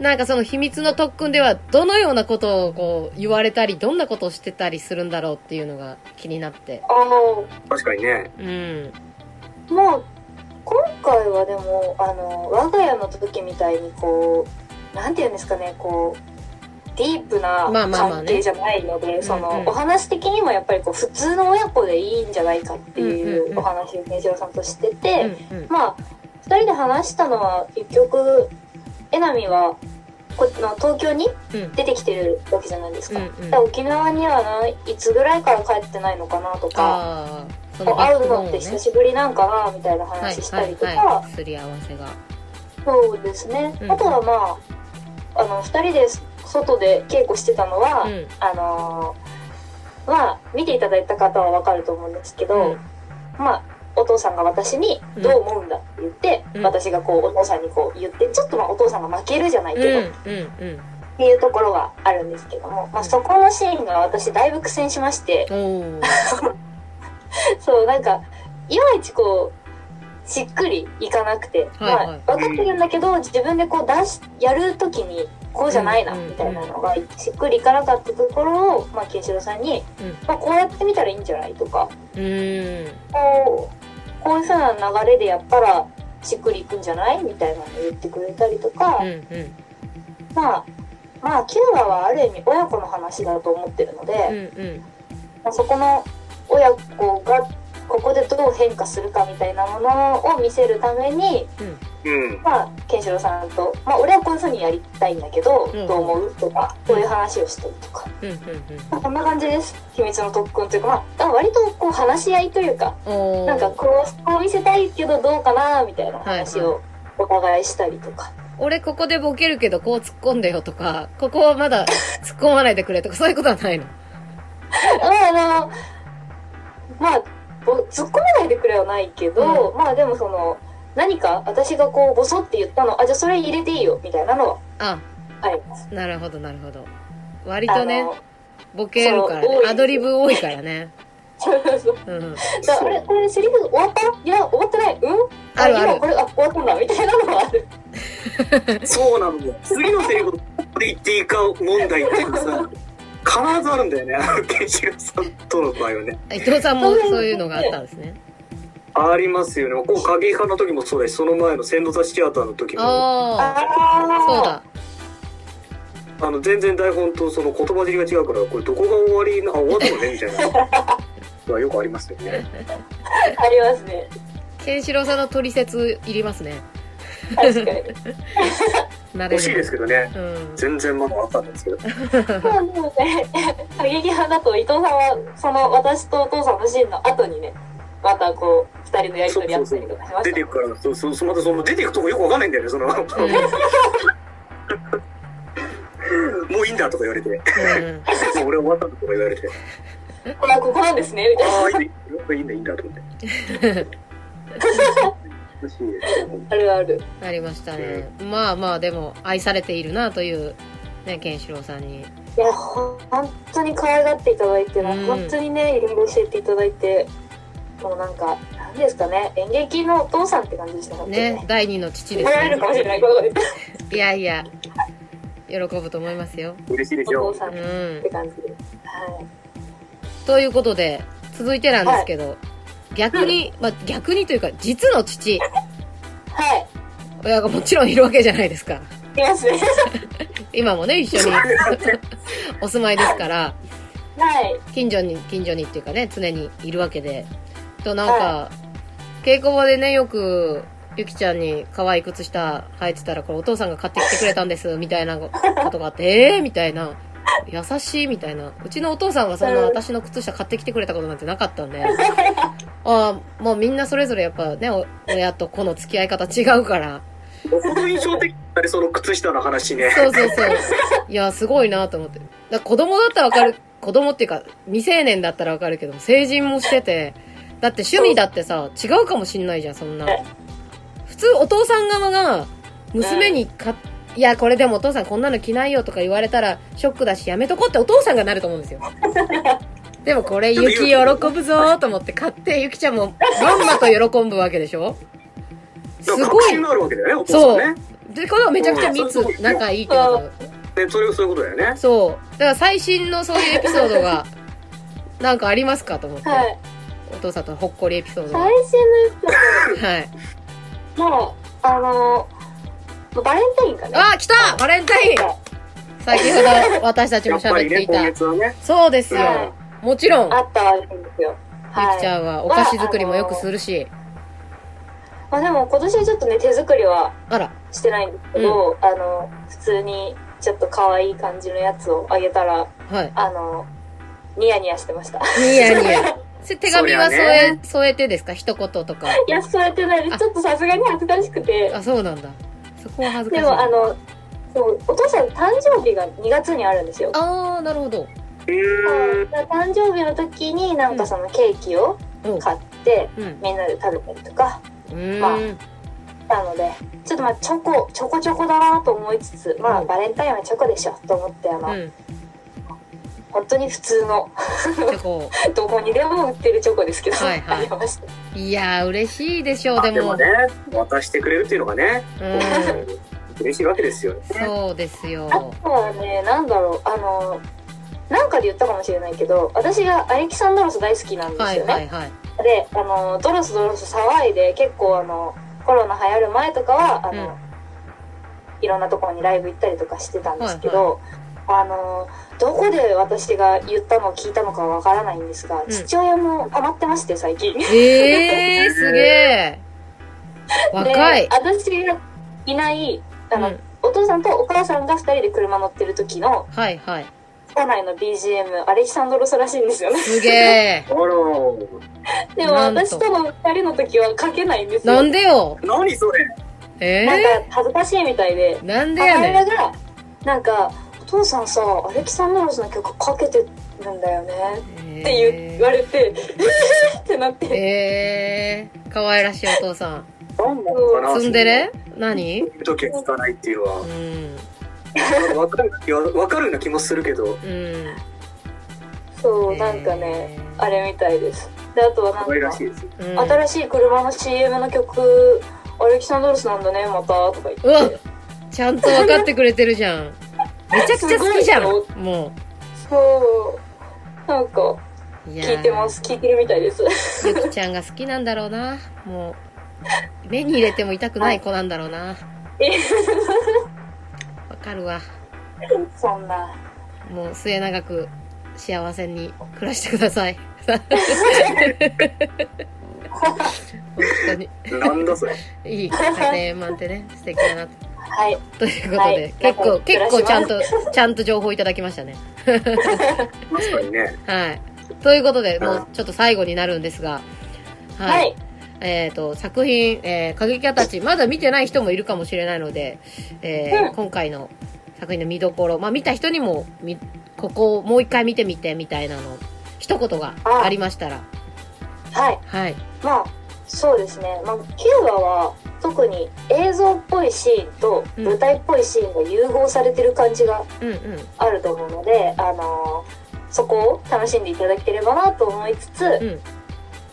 なんかその秘密の特訓ではどのようなことをこう言われたり、どんなことをしてたりするんだろうっていうのが気になって。あの、確かにね。うん。もう、今回はでも、あの、我が家の時みたいにこう、なんて言うんですかね、こう、ディープなまあまあまあね関係じゃないので、その、うんうんお話的にもやっぱりこう、普通の親子でいいんじゃないかってうんうんいううんお話を明治郎さんとしてて、うんうん。まあ、二人で話したのは、結局、えなみは、この東京にうん出てきてるわけじゃないですか。うんうんだから沖縄にはないつぐらいから帰ってないのかなとか、ああ、そこうバッ会クうボーンのをねって久しぶりなんかな、みたいなはい話しはたりいとか、はい。すり合わせが。そうですね。うんあとはまあ、あの、二人で外で稽古してたのは、うん。あのーまあ、見ていただいた方はわかると思うんですけど、うんまあ、お父さんが私にう、んどう思うんだって言って、うん私がこう、お父さんにこう言って、ちょっとまあ、お父さんが負けるじゃないうんけど、っうんうん。ていうところがあるんですけども、まあ、そこのシーンが私、だいぶ苦戦しまして、おーそう、なんか、いまいちこう、しっくりいかなくて、はいはいまあ、分かってるんだけど、自分でこう出し、やるときに、こうじゃないな、うんうんうんみたいなのが、しっくりいかなかったところを、まあ、ケンシロウさんに、うんまあ、こうやってみたらいいんじゃないとか、うーん。こう、こういうふうな流れでやったら、しっくりいくんじゃないみたいなの言ってくれたりとか、うんうん。まあ、まあ、キューバはある意味親子の話だと思ってるので、うんうん。まあそこの親子がここでどう変化するかみたいなものを見せるために、うん。まあ、ケンシロウさんと、まあ、俺はこういうふうにやりたいんだけど、うんどう思うとか、こういう話をしたりとか、うんうんまあ、こんな感じです。秘密の特訓というか、まあ、だから割とこう話し合いというか、うん。おーなんかこう、こう見せたいけどどうかな、みたいな話はいをお互いしたりとか。俺ここでボケるけどこう突っ込んでよとか、ここはまだ突っ込まないでくれとか、そういうことはないの。まあ、あの、まあ、ぼ突っ込まないでくれはないけど、まあでもその、何か私がこう、ボソって言ったの、あ、じゃあそれ入れていいよ、みたいなのはあ、あります。なるほどなるほど。割あとね、の、ボケるからそうね多。いアドリブ多いからね。そうそうそう。うん。だからあれ、これセリフ終わったいや、終わってない。うんあるある今これ、あ、終わったんだ、みたいなのはある。そうなんだよ。次のセリフをどこで言っていいか問題っていうかさ、必ずあるんだよね。あのケンシロウさんとの場合はね。伊藤さんもそういうのがあったんですね。ありますよね。こう、影派の時もそうだし、その前の千の座シアターの時も、ああ、あそう。だ。あの、全然台本とその言葉尻が違うから、これどこが終わりな、あ、終わったのねみたいな。はよくありますよね。ありますね。ケンシロウさんの取説いりますね。確かに。 な惜しいですけどね。うん。全然まだ分かんないですけど。そうなので、過激派だと伊藤さんは、その私とお父さんのシーンの後にね、またこう、二人のやりとりあったりとかしました出てねいくから、そうそうそうまたその出ていくとこよくわかんないんだよね、その、もういいんだとか言われて、 もうんう俺終わったとか言われて、あ、ここなんですね、みたいな。ああ、いいんだ、いいんだ、いいんだと思って。欲しいですねあるある。ありましたね。まあまあ、でも、愛されているなという、ね、ケンシロウさんに。いや、ほん本当に可愛がっていただいて、うん本当にね、いろいろ教えていただいて、もうなんか、なんですかね、演劇のお父さんって感じでした、本当にね、。第二の父です怒られねる。かもしれない、この子で。いやいや、喜ぶと思いますよ。嬉しいですおよ父。さうんってん。感じで。はい。ということで、続いてなんですけど、逆に、まあ逆にというか、実の父、はい。親がもちろんいるわけじゃないですか。います ね。今もね、一 緒にお住まいですから。はい。近所に近所にっていうかね常にいるわけでとなんか、稽古場でねよくゆきちゃんに可愛い靴下履いてたらこれお父さんが買ってきてくれたんですみたいなことがあってえーみたいな優しいみたいなうちのお父さんはそんなうん私の靴下買ってきてくれたことなんてなかったんでああもうみんなそれぞれやっぱねお親と子の付き合い方違うからよほど印象的だね、その靴下の話ね。そうそうそう。いや、すごいなと思って。だから子供だったらわかる、子供っていうか、未成年だったらわかるけど、成人もしてて、だって趣味だってさ、違うかもしんないじゃん、そんな。普通、お父さん側が、娘にか、いや、これでもお父さんこんなの着ないよとか言われたら、ショックだし、やめとこうってお父さんがなると思うんですよ。でもこれ、ゆき喜ぶぞーと思って買って、ゆきちゃんも、まんまと喜ぶわけでしょすだからご確い信。があるわけだよね、お父さんね。で、これはめちゃくちゃ密、仲いいってことで、それはそういうことだよね。そう。だから最新のそういうエピソードが、なんかありますかと思って。はい。お父さんとのほっこりエピソードが。は最新のエピソーい。ドもう、あのー、バレンタインかな。あ、来たバレンタインは先ほど私たちやもっぱ喋っりてね、いた。今月はね。そうですよは。もちろん、ゆあったわけですよ。はきちゃい。んはお菓子作りもよくするし。まあでも今年はちょっとね、手作りはあら、してないんですけど、あの、普通にちょっと可愛い感じのやつをあげたら、 はい。あの、ニヤニヤしてました。 ニヤニヤ。それ手紙はそ添りゃえね、添えてですか一言とか。いや、そうやってないです。ちょっとさすがに恥ずかしくて。あ、そうなんだ。そこは恥ずかしでい。も、あの、そうお父さん誕生日が2月にあるんですよ。あー、なるほど。うーん。だから誕生日の時になんかそのケーキをうん。買って、うん。みんなで食べたりとかうーん。まあしたので、ちょっとまあチョコ、チョコチョコだなと思いつつ、まうあんバレンタインはチョコでしょと思って、あの、うん。本当に普通の、 チョコ。どこにでも売ってるチョコですけど、はいはいありました。いやー、嬉しいでしょう、ででも。もね、渡してくれるっていうのがね、うん。嬉しいわけですよね。そうですあよ。とはね、なんだろう、あの、なんかで言ったかもしれないけど、私がアレキサンドロス大好きなんですよね。はいはいはい。で、あの、ドロスドロス騒いで、結構あの、コロナ流行る前とかは、あの、うんいろんなところにライブ行ったりとかしてたんですけど、あの、どこで私が言ったのを聞いたのかわからないんですが、ん父親もハマってまして、最近。ええー、すげえ。若いで、。私がいない、あの、うんお父さんとお母さんが二人で車乗ってる時の、はいはい。車内の BGM、アレキサンドロスらしいんですよね。すげえ。あらー、 でもなんと私との二人の時は書けないん ですよ。なんでよ。何それえなんえか恥ずかしいみたいでー、。なんでや母ね親ん。が、なんか、お父さんさ、アレキサンドロスの曲かけてるんだよね。っって言う言われて、 えーってなって。ええー、可愛らしいお父さん。何なのかなツンデレ何その時は聞かないっていうのうは、ん。わかるような気は、わかるような気もするけど、うん。そう、なんかね、あれみたいです。で、あとはなん可愛らしか、いですよ。えー、うん新しい車の CM の曲、アレキサンドロスなんだね、また、とか言って。うわちゃんと分かってくれてるじゃん。めちゃくちゃ好きじゃん。すごいもそう。なんか、う。いやー聞いてます。聞いてるみたいです。 ゆきちゃんが好きなんだろうな。もう、目に入れても痛くない子なんだろうな。わかるわ。そんな。もう末永く幸せに暮らしてください。本当に。なんだそれ。いい家庭マンってね、素敵だな。はい。ということで、はい結構、暮結らしま構すちゃんと、ちゃんと情報いただきましたね。確かにね。はい。ということで、うんもうちょっと最後になるんですが、ははい。い。えっ、と、作品、えー、過激家たち、まだ見てない人もいるかもしれないので、えーうん今回の作品の見どころ、まあ見た人にも、みここをもう一回見てみて、みたいなの、一言がありましたら、はい。はい。まあ、そうですね。まあ、9話は、特に映像っぽいシーンとうん舞台っぽいシーンが融合されてる感じがうんうん。あると思うので、あのーそこを楽しんでいただければなと思いつつ、うん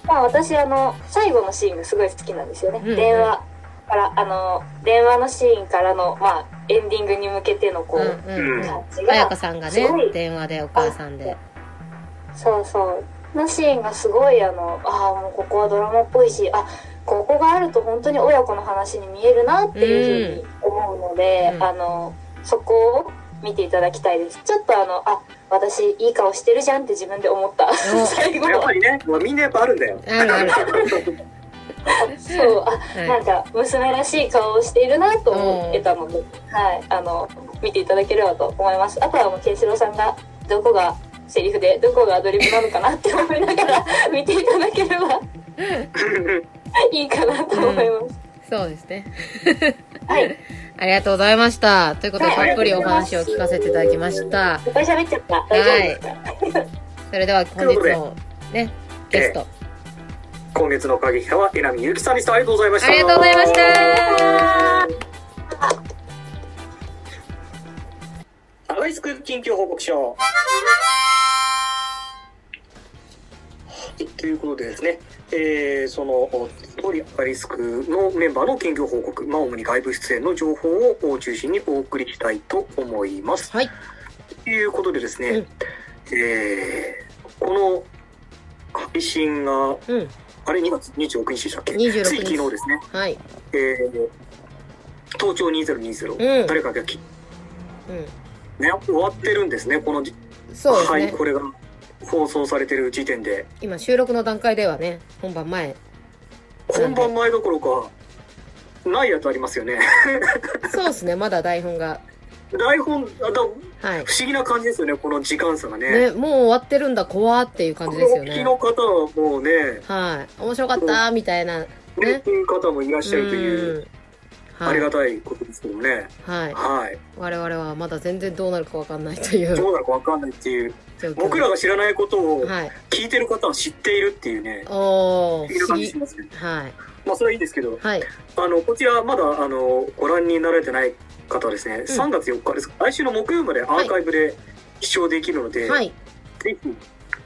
まあ私あの、最後のシーンがすごい好きなんですよね。うんうん電話から、あのー電話のシーンからの、まあ、エンディングに向けてのこう、うんうん感じうん。彩香が、さんがすごね、い電話でお母さんで。そうそう、のシーンがすごいあの、ああ、もうここはドラマっぽいし、あ、ここがあると本当に親子の話に見えるなっていうふうに思うので、うんあの、そこを見ていただきたいです。ちょっとあの、あ、私いい顔してるじゃんって自分で思った。 最後やっぱりね、まあ、みんなやっぱあるんだよ。あるある。そう、あ、はいなんか娘らしい顔をしているなと思えたので、はい、あの、見ていただければと思います。あとはもう、ケンシロウさんが、どこがセリフで、どこがアドリブなのかなって思いながら 見ていただければ いいかなと思います。そうですね。はい、ありがとうございました。ということで、たはいっぷりお話を聞かせていただきました。いっぱい喋っちゃった。大丈夫ですか、それでは本日のね、ゲスト、今月の過激派は榎並ゆきさんでしたありがとうございましたありがとうございましたアガリスク緊急報告書はいということでですね、えーその、お通りアガリスクのメンバーの緊急報告、まあ、主に外部出演の情報を中心にお送りしたいと思います。はい。ということでですね、うんえーこの配信が、うん。あれ2月26日でしたっけ26日つい昨日ですね、はい。えー、東京2020、うん誰かがき、うね、終わってるんですね、このじ、ん。そうですはね。い、これが放送されてる時点で。今収録の段階ではね、本番前。本番前どころか、ないやつありますよね。 そうですね、まだ台本が。台本、あだ不はい。思議な感じですよね、この時間差がね。ね、もう終わってるんだ、怖っていう感じですよこね。のお聞きの方はもうね、はい。面白かった、みたいな。ね、ねっていう方もいらっしゃるという、ん。あはりいが。たいことですけどね。はい。はい。我々はまだ全然どうなるかわかんないというどうなるかわかんないっていう、状況。僕らが知らないことをはい。聞いてる方は知っているっていうね、お不ー、不思思議な感じし議。ますね。はい。まあ、それはいいですけど、はい。あの、こちらまだ、あの、ご覧になられてない方はですね、3月4日です。来週の木曜までアーカイブで視聴できるので、はい。ぜひ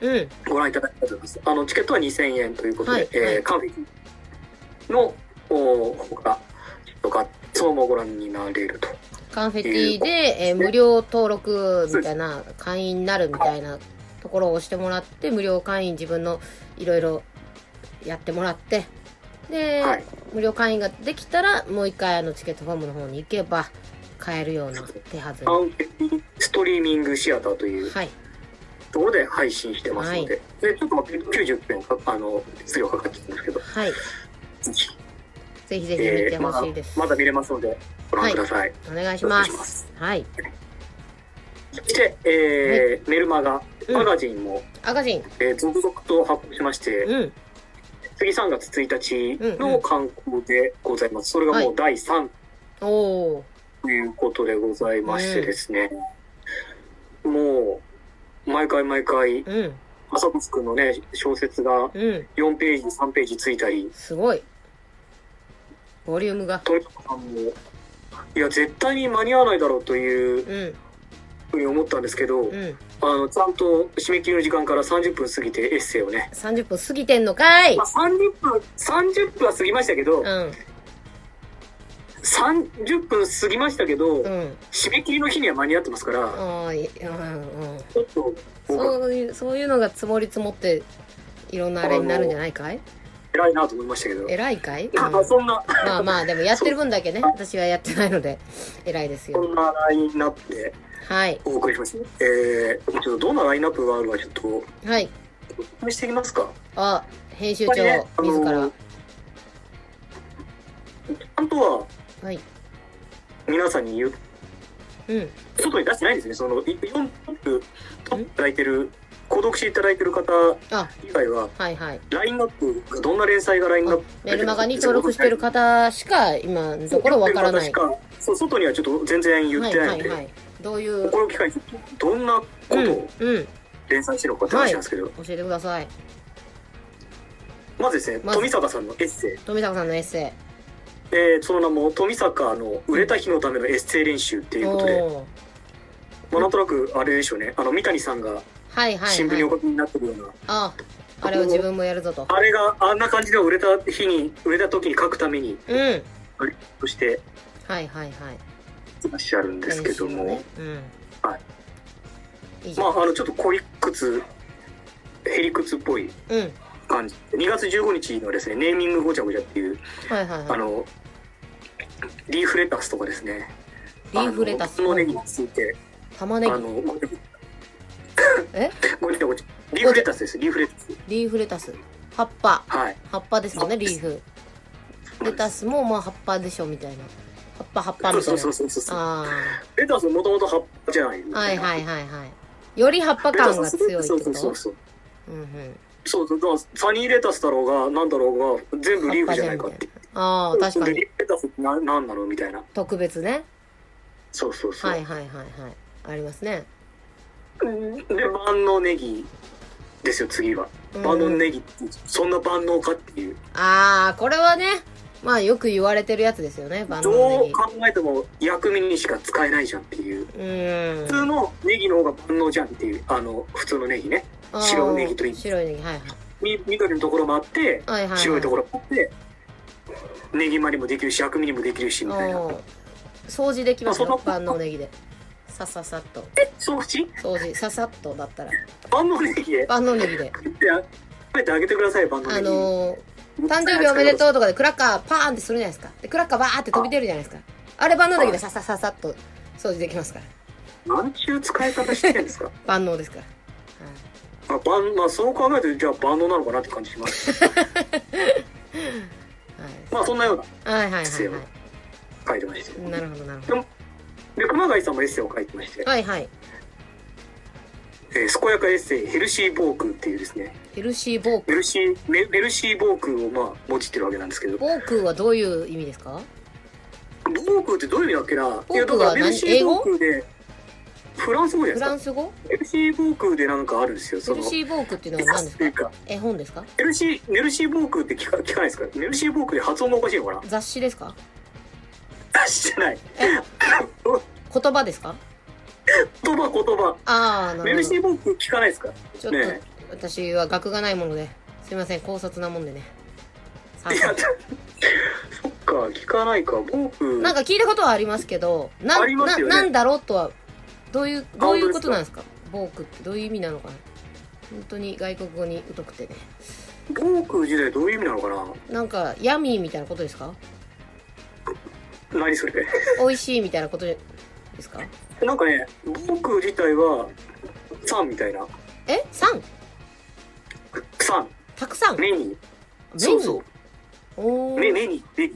うん。ご覧いただきたいと思います。あの、チケットは2000円ということで、はいえーはいカンフェの、おほか、とか、そうもご覧になれると。カンフェティで、えー無料登録みたいな、会員になるみたいなところを押してもらって、無料会員自分のいろいろやってもらって、で、はい無料会員ができたら、もう一回あのチケットファームの方に行けば、買えるような手はずに。カはンフェストリーミングシアターというい。ところで配信してますので、でちょっと待って90分かあの数量かかってるんですけど、はい。ぜひぜひ見えてーほまだしいです。まだ見れますのでご覧ください。お願いしお願ま。いしますはい。そして、えーメルマガうんマガジンも、赤人。えー続々と発表しまして、うん。次3月1日うんうのん刊行でございます。それがもう第3おー。ということでございましてですね、もう毎回毎回うん。朝子くんのね小説うがん。 4ページ3ページついたりすごい。ボリュームが。トリコさんもいや絶対に間に合わないだろうといううん。ふうに思ったんですけど、うん。あのちゃんと締め切りの時間から30分過ぎてエッセイをね、 30分過ぎてんのかいまあ、30分30分は過ぎましたけど、うん。 30分過ぎましたけど、うん。締め切りの日には間に合ってますから、ああ、いうんうん。ちょっと僕はそういう、そういうのが積もり積もって、いろんなあれになるんじゃないかい偉いなと思いましたけど、偉いかい、うん、まあそんなまあまあ、でもやってる分だけね、私はやってないので、偉いですそよ。んなラインナップではい。お送りしますね。えー、ちょっとどんなラインナップがあるかちょっとはい。説明していきますか。あ、編集やっぱり長ね、自あらの。あとははい。皆さんに言ううん。外に出してないんですね。そのい4トップ取っていただいてる購読していただいてる方あ、以外ははいはい。ラインナップがどんな連載がラインナッあプメルマガに登録してる方しか、今のところわからない。はそうそう外にはちょっと全然言っいてなはいのいで、はい。どういう、これを機会にちょっとどんなこうとん、をうん。連載してるのかって話なんですけど、教えてください。まずですね、まず富坂さんのエッセイ富坂さんのエッセえーその名も富坂の売れた日のためのエッセイ練習ってイ。いうおことで、おー。まあ、なんとなくあれでしょうね、あの三谷さんがはいはい新聞はにおい。書きになってるような、あ、あれを自分もやるぞと。あれがあんな感じで売れた日に、売れた時に書くために、うん。はいとしてはいはい。いらっしゃるんですけども、練習のねうん。。はいいいじまゃん。あ、あのちょっと濃い靴、へり靴っぽいうん。感じ、2月15日のですね、ネーミングごちゃごちゃっていう、はいはいあはい。の、リーフレタスとかですね、リーフレタスあの。玉ねぎについて、玉あねの、ごちゃ えごちゃごちゃ、リーフレタスです、リーフレタス。ぎ。リーフレタス。葉っぱ。はい。葉っぱですよね、リーフ。レタスもまあ葉っぱでしょみたいな。葉っぱ葉っぱみたそいうそなう。そうそうそう。あレタスもともと葉っぱじゃない。あ。はいはいはいはい。より葉っぱレタス感が強いってそうこそうそとうそう。うんうん。そうそうだからサニーレタスだろうがなんだろうが全部リーフじゃないかって。ああ、確かでにリ。ーフレタスってななんなのみたいな。特別ね。そうそうそう。はいはいはいはい。ありますね。で万能ネギですよ、次は。うん万能ネギ、そんな万能かっていう。ああ、これはね、まあよく言われてるやつですよね、万ど能ネうギ。考えても薬味にしか使えないじゃんっていう。うーん。普通のネギの方が万能じゃんっていう、あの、普通のネギね。あー白ネギといい白いネギ、はいみ緑のところもあって、はい。はいはい、はい。白いところもあって、ネギまりもできるし、薬味にもできるし、みたいな。うん掃除できますまあよ、その万能ネギで。さささっと。そうし掃除、ささっとだったら。万能ネギで万能ネギで。食ってあ食べてあげてください、万能あネギ。のー、誕生日おめでとうとかでクラッカーパーンってするじゃないですか。で、クラッカーバーって飛び出るじゃないですか。あれ万能ネギでささささっと掃除できますから。なんちゅう使い方してるんで すか万能ですから。はいまあ、万まあ、そう考えると、じゃあ万能なのかなって感じします。まあ、そんなようなはいはいはいですよは書いてましたい。よ。なるほどなるほで、熊谷さんもエッセイを書いてましてど。、はいはい。えー健やかエッセイ、ヘルシー防空っていうですね、ヘルシーボーク。ヘルシー、メヘルシー防空をまあ、用いてるわけなんですけど、ボークはどういう意味ですか防空ってどういう意味だっけな空いや、だからはヘ何ルシー防空で、フランス語じゃフないラでンすス語か。ヘルシー防空でなんかあるんですよ、ヘそルの。シーボークっていうのは何ですっていうかか絵本ですかヘルシー、ヘルシー防空って聞か聞かないですかヘルシー防空で発音がおかしいのかな雑誌ですか出してない。言葉ですか言葉言葉。ああ、なヘルるほシど。ー防空聞かないですかちょっとね私は学がないもので、すいません、高卒なもんでね。さいや、そっか、聞かないか、防空。なんか聞いたことはありますけど、なありますなよねなんだろうとは、どういう、どういうこと本当なんですかボークってどういう意味なのかな本当に外国語に疎くてね。防空時代どういう意味なのかなんか、ヤミーみたいなことです かな何それ。美味しいみたいなことですかなんかね、防空自体は、さんみたいな。えさんさん、たくさんメ目に。ニそうそおう。ー目、目に、目に。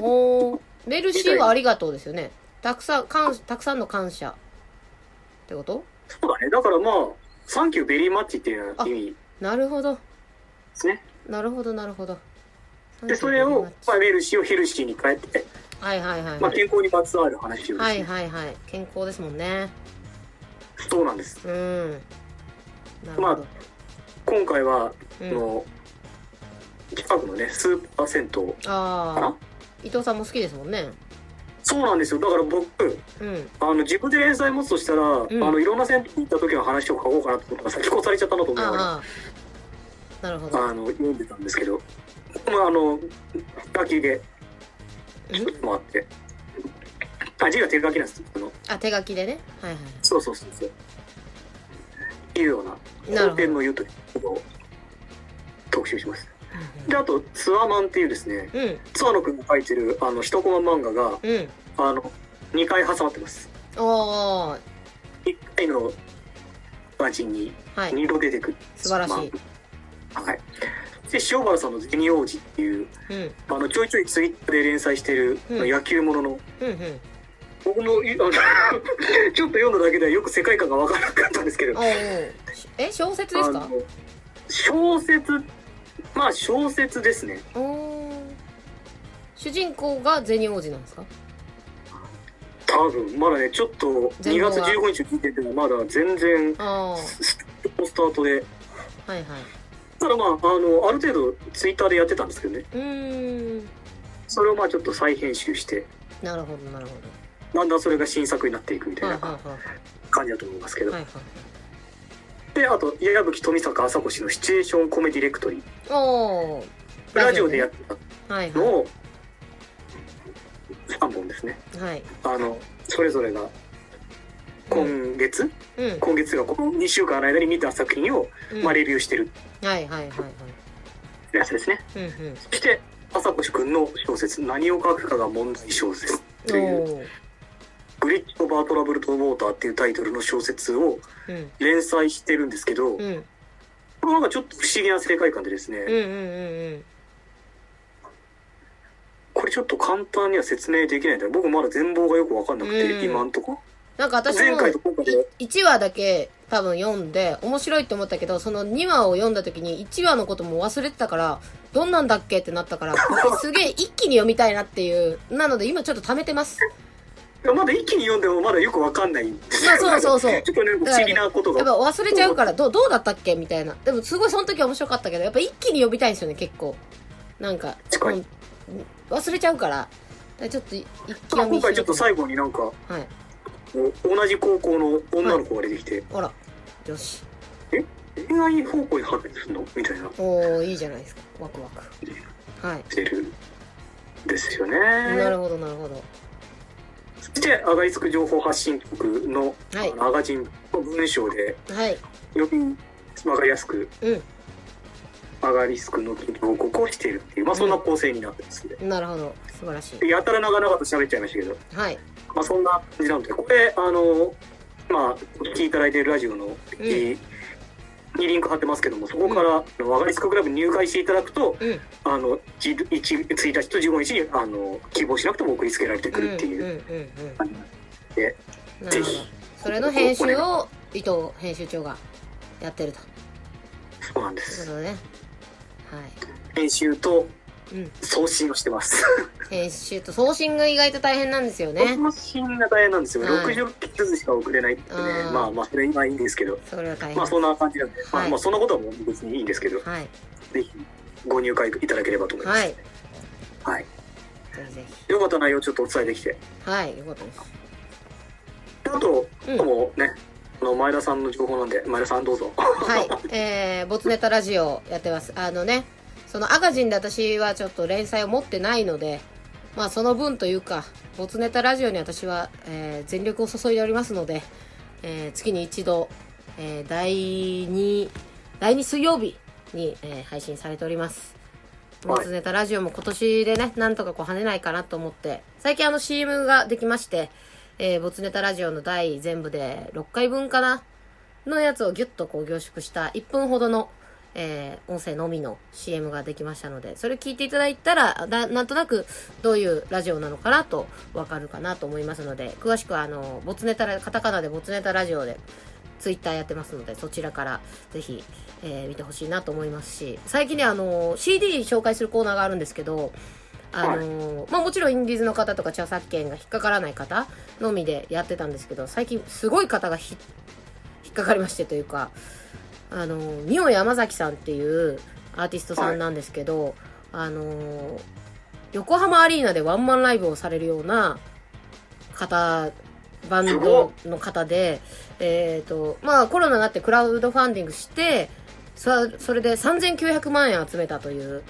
おーメルシーはありがとうですよねたくさん感たくさんの感謝ってことそうだね。だからまあ、サンキューベリーマッチっていう意味でなるほどすね。なるほどなるほどで、それを、まあ、はいメルシーをヘルシーに変えて、はいはいはいまあ、健康にまつわる話をですはねいはいはい健康ですもんねそうなんです。うんなるほど、今回は、うあん、の近くのねスーパー銭湯かあなあ伊藤さんも好きですもんねそうなんですよだから僕うんあの自分で連載持つとしたら、んあのいろんな銭湯に行った時の話を書こうかなと思ったら先越されちゃったなと思いながらああなるほどあの読んでたんですけどまああの手書きでちょっともあってあ字が手書きなんですあのあ手書きでねはいはいそうそうそうそういうようななるほど本編の言うとを特集しますであと「ツアーマン」っていうですねうんツアーの君が書いてるあの一コマ漫画がうんあの、2回挟まってます。おー1回の味にはい2度出てくる。素晴らしい、まあはい。で、塩原さんのゼニ王子っていう、うんあの、ちょいちょいツイッターで連載してる、うん野球ものの、うんうん僕も、いあの ちょっと読んだだけではよく世界観がわからなかったんですけど、おうおうしえ小説ですあかの小説、まあ小説ですね。おー主人公が銭王子なんですか多分、まだね、ちょっと前2後は月15日聞いてても、まだ全然、あススタートで、あはいはいただまあ、あの、ある程度ツイッターでやってたんですけどね。うーんそれをまあちょっと再編集してなるほどなるほだんだんそれが新作になっていくみたどいはないは感じだと思いますけいど、はいはいはいであと矢吹富坂朝越のシチュエーションコメディレクトリーおーラジオでやっってたはいはのを3本ですねいはいあのそれぞれが今月、うん今月がこの2週間の間に見た作品を、うんまあ、はいレビューしてるはいはいはいやつですねうんうんそして朝越くんの小説「何を書くかが問題小説」というおー「グリッド・バートラブル・とウォーター」っていうタイトルの小説をうん連載してるんですけど、うんこれなんかちょっと不思議な世界観でですね、うんうんうんうんこれちょっと簡単には説明できないんだよ僕まだ全貌がよく分かんなくて、うん今んとこなんか私前も回と今回で1話だけ多分読んで面白いって思ったけどその2話を読んだ時に1話のことも忘れてたからどんなんだっけってなったからすげえ一気に読みたいなっていうなので今ちょっと貯めてますやまだ一気に読んでもまだよくわかんないんですよまあそうそうそう ちょっとね、不思議なことやっぱが。忘れちゃうから、どう、どうだったっけみたいな。でもすごいその時は面白かったけど、やっぱ一気に呼びたいんですよね、結構。なんか、近いうん忘れちゃうから、だからちょっと一気まあ読今みしよ回うちょっと最後になんか、はい。お同じ高校の女の子が出てきて、あら、よし。恋愛方向に発展するのみたいな、おー、いいじゃないですか。ワクワク。はい。してるんですよね。なるほど、なるほど。そして、アガリスク情報発信局の、はいあのアガジンの文章で、はい。よりわかりやすく、うんアガリスクの近況報告をしているっていう、まあそんな構成になってますね。なるほど。素晴らしい。やたら長々と喋っちゃいましたけど、はい。まあそんな感じなので、これ、あの、まあ、お聞きいただいているラジオの、にリンク貼ってますけども、そこから、あのアガリスククラブに入会していただくと、うんあの、1, 1日と15日に、あの、希望しなくても送りつけられてくるっていうう。んうんうん感じでうん。なるほど。それの編集を伊藤編集長がやってると。そうなんでというこす。とでね。編集とはい。うん。送信をしてます。編集と送信が意外と大変なんです よね。送信が大変なんですよ。はい60件ずつしか送れないってねあー。まあまあ、それ今いいんですけど。それは大変。まあそんな感じなんで、まはあいまあそんなことはもう別にいいんですけど、はい。ぜひご入会いただければと思います。はい。はい。ぜひぜよかった内容ちょっとお伝えできて。ひ。はい。よかったです。あと、うんもうね、あの前田さんの情報なんで、前田さんどうぞ。はい。えー、ボツネタラジオやってます。あのね、そのアガジンで私はちょっと連載を持ってないので、まあその分というか、ボツネタラジオに私は、えー全力を注いでおりますので、えー月に一度、えー第2、第2水曜日に、えー配信されております。はいボツネタラジオも今年でね、なんとかこう跳ねないかなと思って、最近あの CM ができまして、えーボツネタラジオの第全部で6回分かなのやつをギュッとこう凝縮した1分ほどの、えー音声のみの CM ができましたので、それ聞いていただいたら、だなんとなくどういうラジオなのかなとわかるかなと思いますので、詳しくはあの、ボツネタラ、カタカナでボツネタラジオで、ツイッターやってますので、そちらからぜひ、えー見てほしいなと思いますし、最近ね、あの、CD 紹介するコーナーがあるんですけど、あのまあ、もちろんインディーズの方とか著作権が引っかからない方のみでやってたんですけど、最近すごい方がひ引っかかりましてというか、あの、ミオ山崎さんっていうアーティストさんなんですけど、あの、横浜アリーナでワンマンライブをされるような方、バンドの方で、えっ、と、まあコロナになってクラウドファンディングして、そそれで3900万円集めたという、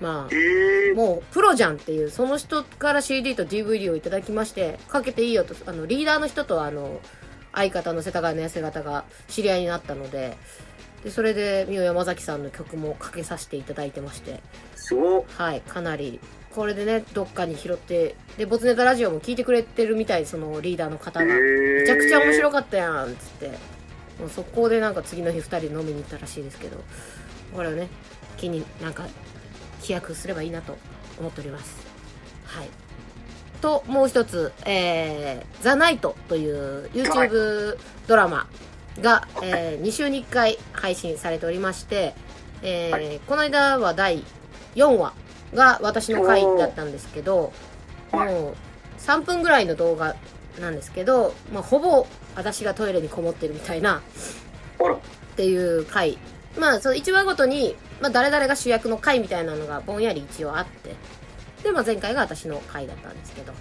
まあ、 えー、もうプロじゃんっていうその人から CD と DVD をいただきましてかけていいよとあのリーダーの人とあの相方の世田谷の痩せ方が知り合いになったのででそれで美桜山崎さんの曲もかけさせていただいてましてすごっはいかなりこれでねどっかに拾ってでボツネタラジオも聞いてくれてるみたいそのリーダーの方えがめー、ちゃくちゃ面白かかったやんっつってもう速攻でなんか次の日2人飲みに行ったらしいですけどこれをね気になんか飛躍すればいいなと思っております。はい。と、もう一つ、えー、ザ・ナイトという YouTube ドラマが、えー、2週に1回配信されておりまして、えーはこの間は第4話が私の回だったんですけど、おーはいもう3分ぐらいの動画なんですけど、まあ、ほぼ私がトイレにこもってるみたいな、あら、っていう回まあその1話ごとに、まあ、誰々が主役の回みたいなのがぼんやり一応あってで、まあ、前回が私の回だったんですけど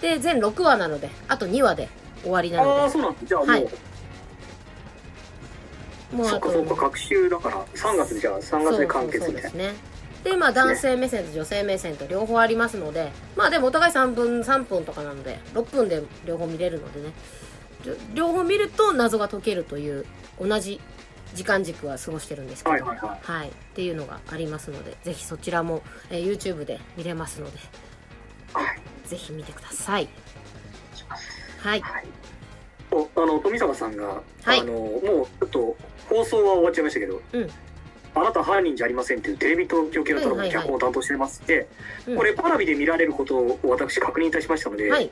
で全6話なのであと2話で終わりなああーのそうなんだじゃあもう、はいでもうそあっかとそっか学習だから3月じゃあ3月で完結そうみそうたそいうですねでまあ男性目線と女性目線と両方ありますのでまあでもお互い3分3分とかなので6分で両方見れるのでねりょ両方見ると謎が解けるという同じ時間軸は過ごしてるんですけど、はいはいはいはい、っていうのがありますのでぜひそちらも、えー YouTube で見れますのではいぜひ見てくださいはいはいおあの富坂さんが、はいあのもうちょっと放送は終わっちゃいましたけど、うんあなた犯人じゃありませんっていうテレビ東京系のドラマはいはいはのい脚本を担当してまして、うんこれパラビで見られることを私確認いたしましたので、はい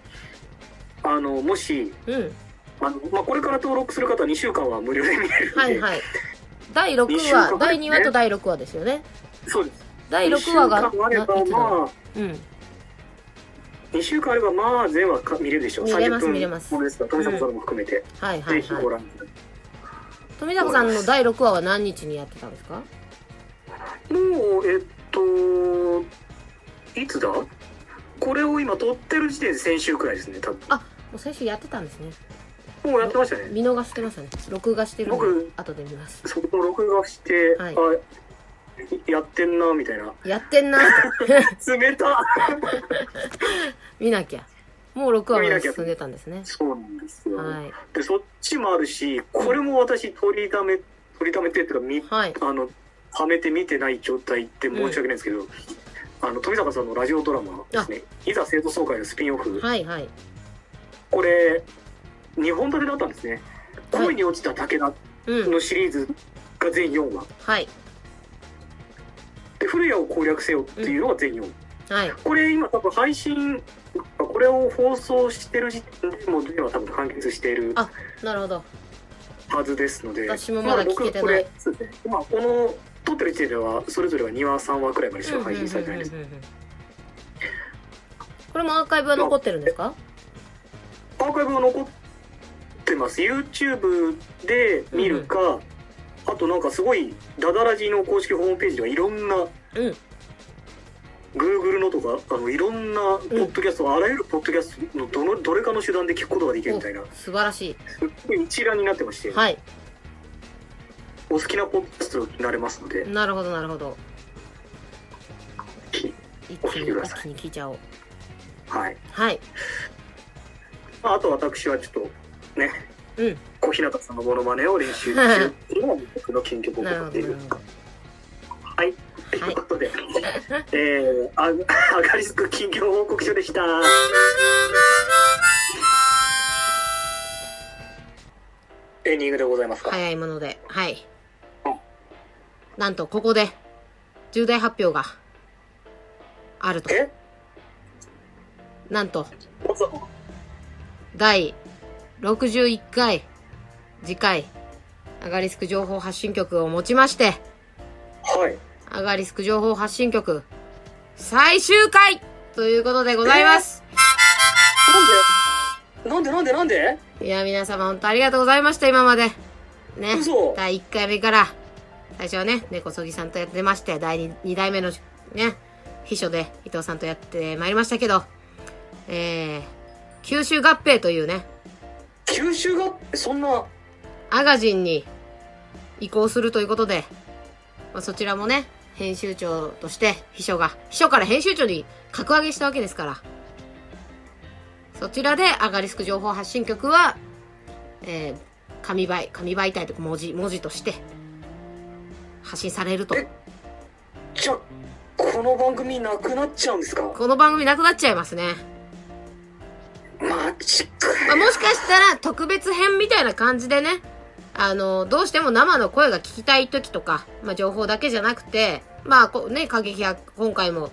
あのもしうんあの、まあ、これから登録する方は2週間は無料で見れるので、はいはい第6二週間話第2話と第6話ですよねそうです第6話が二週間あれなばいつだろまあううん2週間あればまあ全話か見れるでしょう見れます30分見れますものですから富迫さんも含めて、はいはいぜひはいご覧ください富坂さんの第6話は何日にやってたんですかもうえっといつだこれを今撮ってる時点で先週くらいですね多分あもう先週やってたんですねもうやってましたね見逃してましたね録画してるんで僕後で見ますそこも録画して、はいあやってんなみたいなやってん なって冷た見なきゃもう6話ま見でなきゃ進んでたんですねそうなんですよ、はいでそっちもあるしこれも私取りため取りためてっていうかみはいあのはめて見てない状態って申し訳ないんですけど、あの富坂さんのラジオドラマですね「いざ生徒総会」のスピンオフ、はいはいこれ2本立てだったんですね「はい恋に落ちた武田うん」のシリーズが全4話はいで「古谷を攻略せよ」っていうのが全4話、はいこれ今多分配信これを放送してる時点でもう全話多分完結しているあなるほどはずですので私もまだ聞けてないまだ僕これそうですね今この撮ってる時点ではそれぞれは2話3話くらいまでしか配信されてないですうんうんうんうんうんこれもアーカイブは残ってるんですかアーカイブが残ってます YouTube で見るか、あとなんかすごいダダラジの公式ホームページではいろんな、ん Google のとかあのいろんなポッドキャスト、あらゆるポッドキャストのどのどれかの手段で聞くことができるみたいなお素晴らしすっごい一覧になってまして、いはいお好きなポッドキャストになれますので、なるほどなるほどき一お気聞にきください一気に聞いちゃおうはいはいまあ、あと私はちょっとねうん小日向さんのモノマネを練習中っていうのが僕の近況報告っていうかはいということで、えー、あ アガリスク近況報告書でした。エンディングでございますか。早いものではいうんなんとここで重大発表があるとえなんとまさか第61回次回アガリスク情報発信局をもちましてはい。アガリスク情報発信局最終回ということでございます、なんでなんでなんでなんでいや皆様本当ありがとうございました今までね嘘第1回目から最初はね根こそぎさんとやってまして第 2, 代目のね秘書で伊藤さんとやってまいりましたけどえー、九州合併というね九州がそんなアガジンに移行するということで、まあ、そちらもね、編集長として秘書が、秘書から編集長に格上げしたわけですから、そちらでアガリスク情報発信局は、えー、紙媒、紙媒体というか文字、文字として発信されると。えじゃあこの番組なくなっちゃうんですか。この番組なくなっちゃいますね。マジかまあ、よ。もしかしたら特別編みたいな感じでね、あの、どうしても生の声が聞きたい時とか、まあ、情報だけじゃなくて、まあ、こうね、過激派、今回も、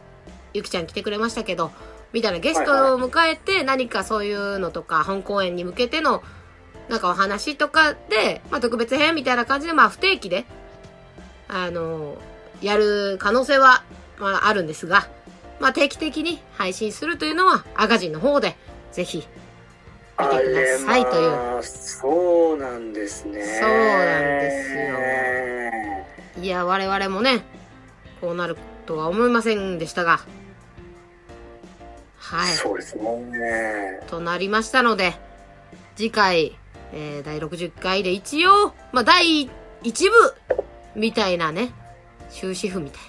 ゆきちゃん来てくれましたけど、みたいなゲストを迎えて、何かそういうのとか、本公演に向けての、なんかお話とかで、まあ、特別編みたいな感じで、まあ、不定期で、あの、やる可能性は、まあ、あるんですが、まあ、定期的に配信するというのは、アガジンの方で、ぜひ、見てくださいという。あれまあそうなんですねそうなんでいや、我々もね、こうなるとは思いませんでしたが、はい。そうですねとなりましたので、次回、えー、第60回で一応、まあ、第1部、みたいなね、終止符みたい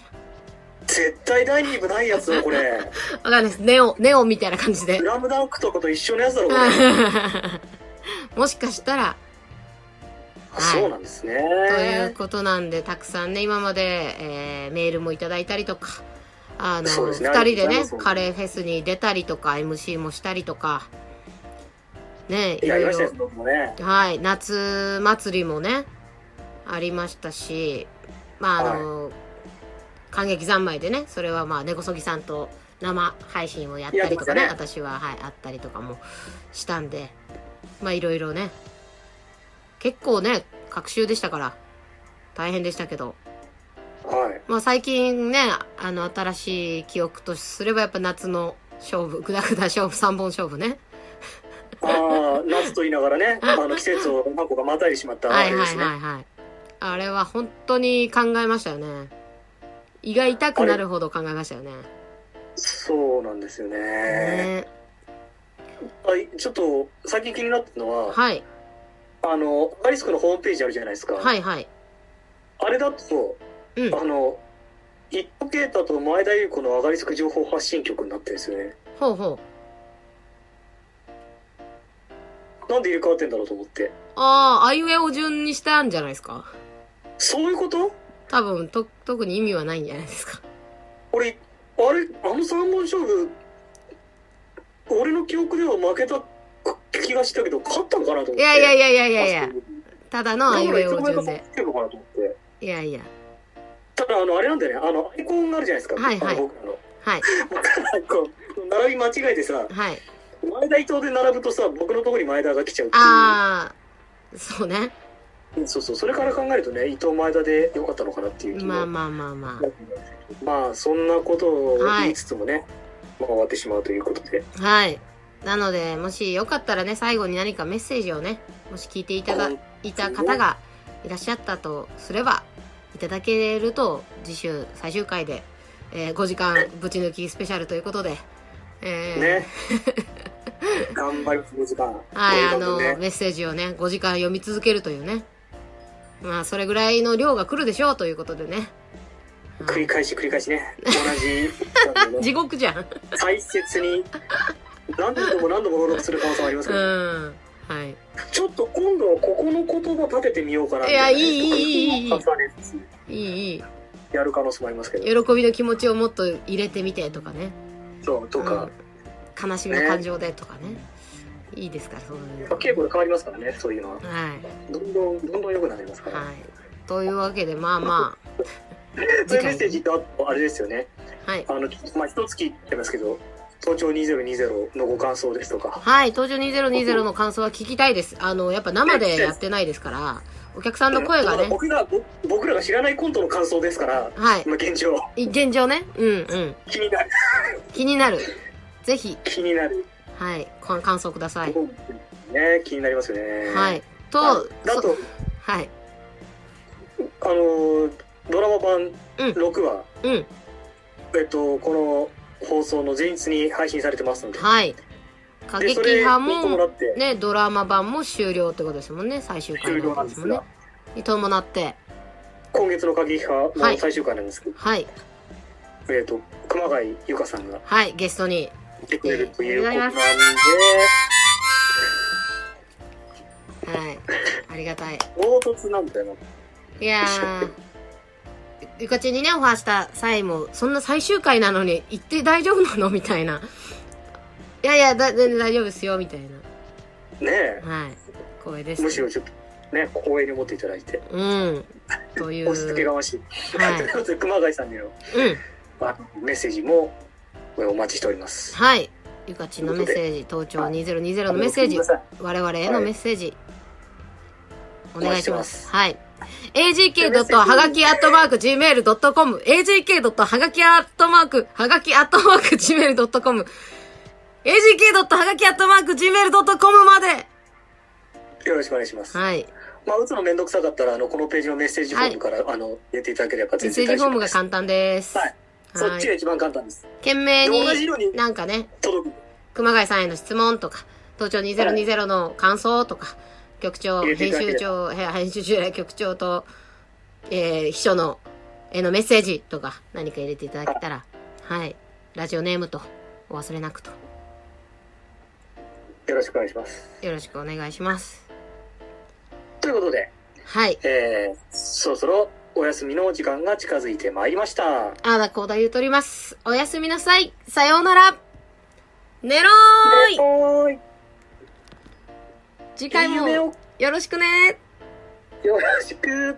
絶対第二部ないやつだ こな。れわかんないです。ネオ、ネオみたいな感じで ス。ラムダンクとかと一緒のやつだろこれもしかしたら、あそうなんですねということなんで、たくさんね、今まで、えーメールもいただいたりとか、あの、そうですね二人でありねがとう、ござカいレますーフェスに出たりとか、MC もしたりとか、ね、いやろりまいしたよろ、僕もねはい、夏祭りもね、ありましたし、まあ、あの、感激三昧でね、それはまあ、根こそぎさんと生配信をやったりとかね、やりま私は、はい、あったりとかもしたんで、まあ、いろいろね、結構ね、隔週でしたから、大変でしたけど、はいまあ、最近ね、あの、新しい記憶とすればやっぱ夏の勝負、グダグダ勝負、三本勝負ね。ああ、夏と言いながらね、あの季節をマコがまたいでしまったはあいれではいすね。はいはい。あれは本当に考えましたよね。胃が痛くなるほど考えましたよね。そうなんですよね。ねはい、ちょっと最近気になったのは、はい。あの、アガリスクのホームページあるじゃないですか。はいはい。あれだと、うん。あの、一途啓太と前田優子のアガリスク情報発信局になってるんですよね。ほうほう。なんで入れ替わってんだろうと思って。ああ、あいうえお順にしたんじゃないですか。そういうこと多分、と、特に意味はないんじゃないですか。俺、あれ、あの三本勝負、俺の記憶では負けた気がしたけど、勝ったのかなと思って。いやいやいややいやいやいや、ただのあいうえお順で。てるのかなと思って。いやいや。ただ、あの、あれなんだよね。あの、アイコンがあるじゃないですか。はいはいあの僕らの。 はい、僕らのこう並び間違えてさ、 はい。前田伊藤で並ぶとさ、僕のところに前田が来ちゃうっていう。ああ、そうね。そうそう、それから考えるとね、伊藤前田で良かったのかなっていう気も。まあまあまあままあ、そんなことを言いつつもね、まあ、終わってしまうということで。あ。はい。なので、もしよかったらね、最後に何かメッセージをね、もし聞いていただはいいた方がいらっしゃったとすれば、いただけると、次週最終回で、えー5時間ぶち抜きスペシャルということで、えーね。頑張ります、5時間。はい、あとの、うことでねメッセージをね、5時間読み続けるというね。まあ、それぐらいの量が来るでしょうということでね。繰り返し繰り返しね、同じなんでね、地獄 じゃん。大切に、何度も何度も登録する可能性もありますうけど、ん。はい。ちょっと今度はここの言葉立ててみようかなみいやたいいないいいいいいい重ねつついい、いい。やる可能性もありますけど、喜びの気持ちをもっと入れてみてとかね。そう、とか、うん悲しみの感情でとかね。いいですから、そういうの。結構変わりますからね、そういうのは。はい。どんどん、どんどん良くなりますから。はい。というわけで、まあまそういうメッセージとあとあれですよね。あ。はい。あの、まあ、一月言ってますけど、東京2020のご感想ですとか。はい、東京2020の感想は聞きたいです。あの、やっぱ生でやってないですから、お客さんの声がだからね。僕が、ぼ僕らが知らないコントの感想ですから、はい。今現状、い現状ね。うんうん。気になる、気になる。ぜひ、気になる。はい、こ感想ください。ね、気になりますよね。はい。あと、だそと、はい。あの、ドラマ版うん6話、うん。えっと、この放送の前日に配信されてますので。はい。過で、激それ派見てもらも、って、ね、ドラマ版も終了ってことですもんね。最終回終の了こなとんでですすもんねが、。に伴って。今月の過激派はのい最終回なんですけど、はい。えっと、熊谷由香さんがはい、ゲストに。来てくれるということなんで、はい。ありがたい。唐突なんだよいやー。ゆかちにね、オファーした際も、そんな最終回なのに、行って大丈夫なのみたいな。いやいや、だ全然大丈夫ですよ、みたいな。な。ねはい。光栄でえ。す。むしろちょっと、ね、光栄に思っていただいて、 うん。という。押し付けがましい。はいということで、熊谷さんにのうん。あのメッセージもお待ちしております。はい。ゆかちんのメッセージ、東京2020のメッセージごめんな、さい我々へのメッセージ、お願いします。おはい。agk. はがきアットマーク gmail.com agk. はがきアットマークはがきアットマーク gmail.com agk. はがきアットマーク gmail.com までよろしくお願いします。はい。まあ、打つのめんどくさかったら、あの、このページのメッセージフォームから、あの、入れていただければメッ全セージ然大フォ丈ーム夫でがす。簡単です。はいそっちが一番簡単です。懸命で同じ色に、になんかね、届く。熊谷さんへの質問とか、東京2020の感想とか、局長、入れてい編ただ集けれ長、へ編集長や局長と、えー秘書の、へのメッセージとか、何か入れていただけたら、はい。ラジオネームと、お忘れなくと、よろしくお願いします。よろしくお願いします。ということで、はい。えー、そろそろお休みの時間が近づいてまいりました。あーだこうだ言うとります。おやすみなさい。さようなら。寝ろーいおーい。次回も、夢をよろしくねよろしく。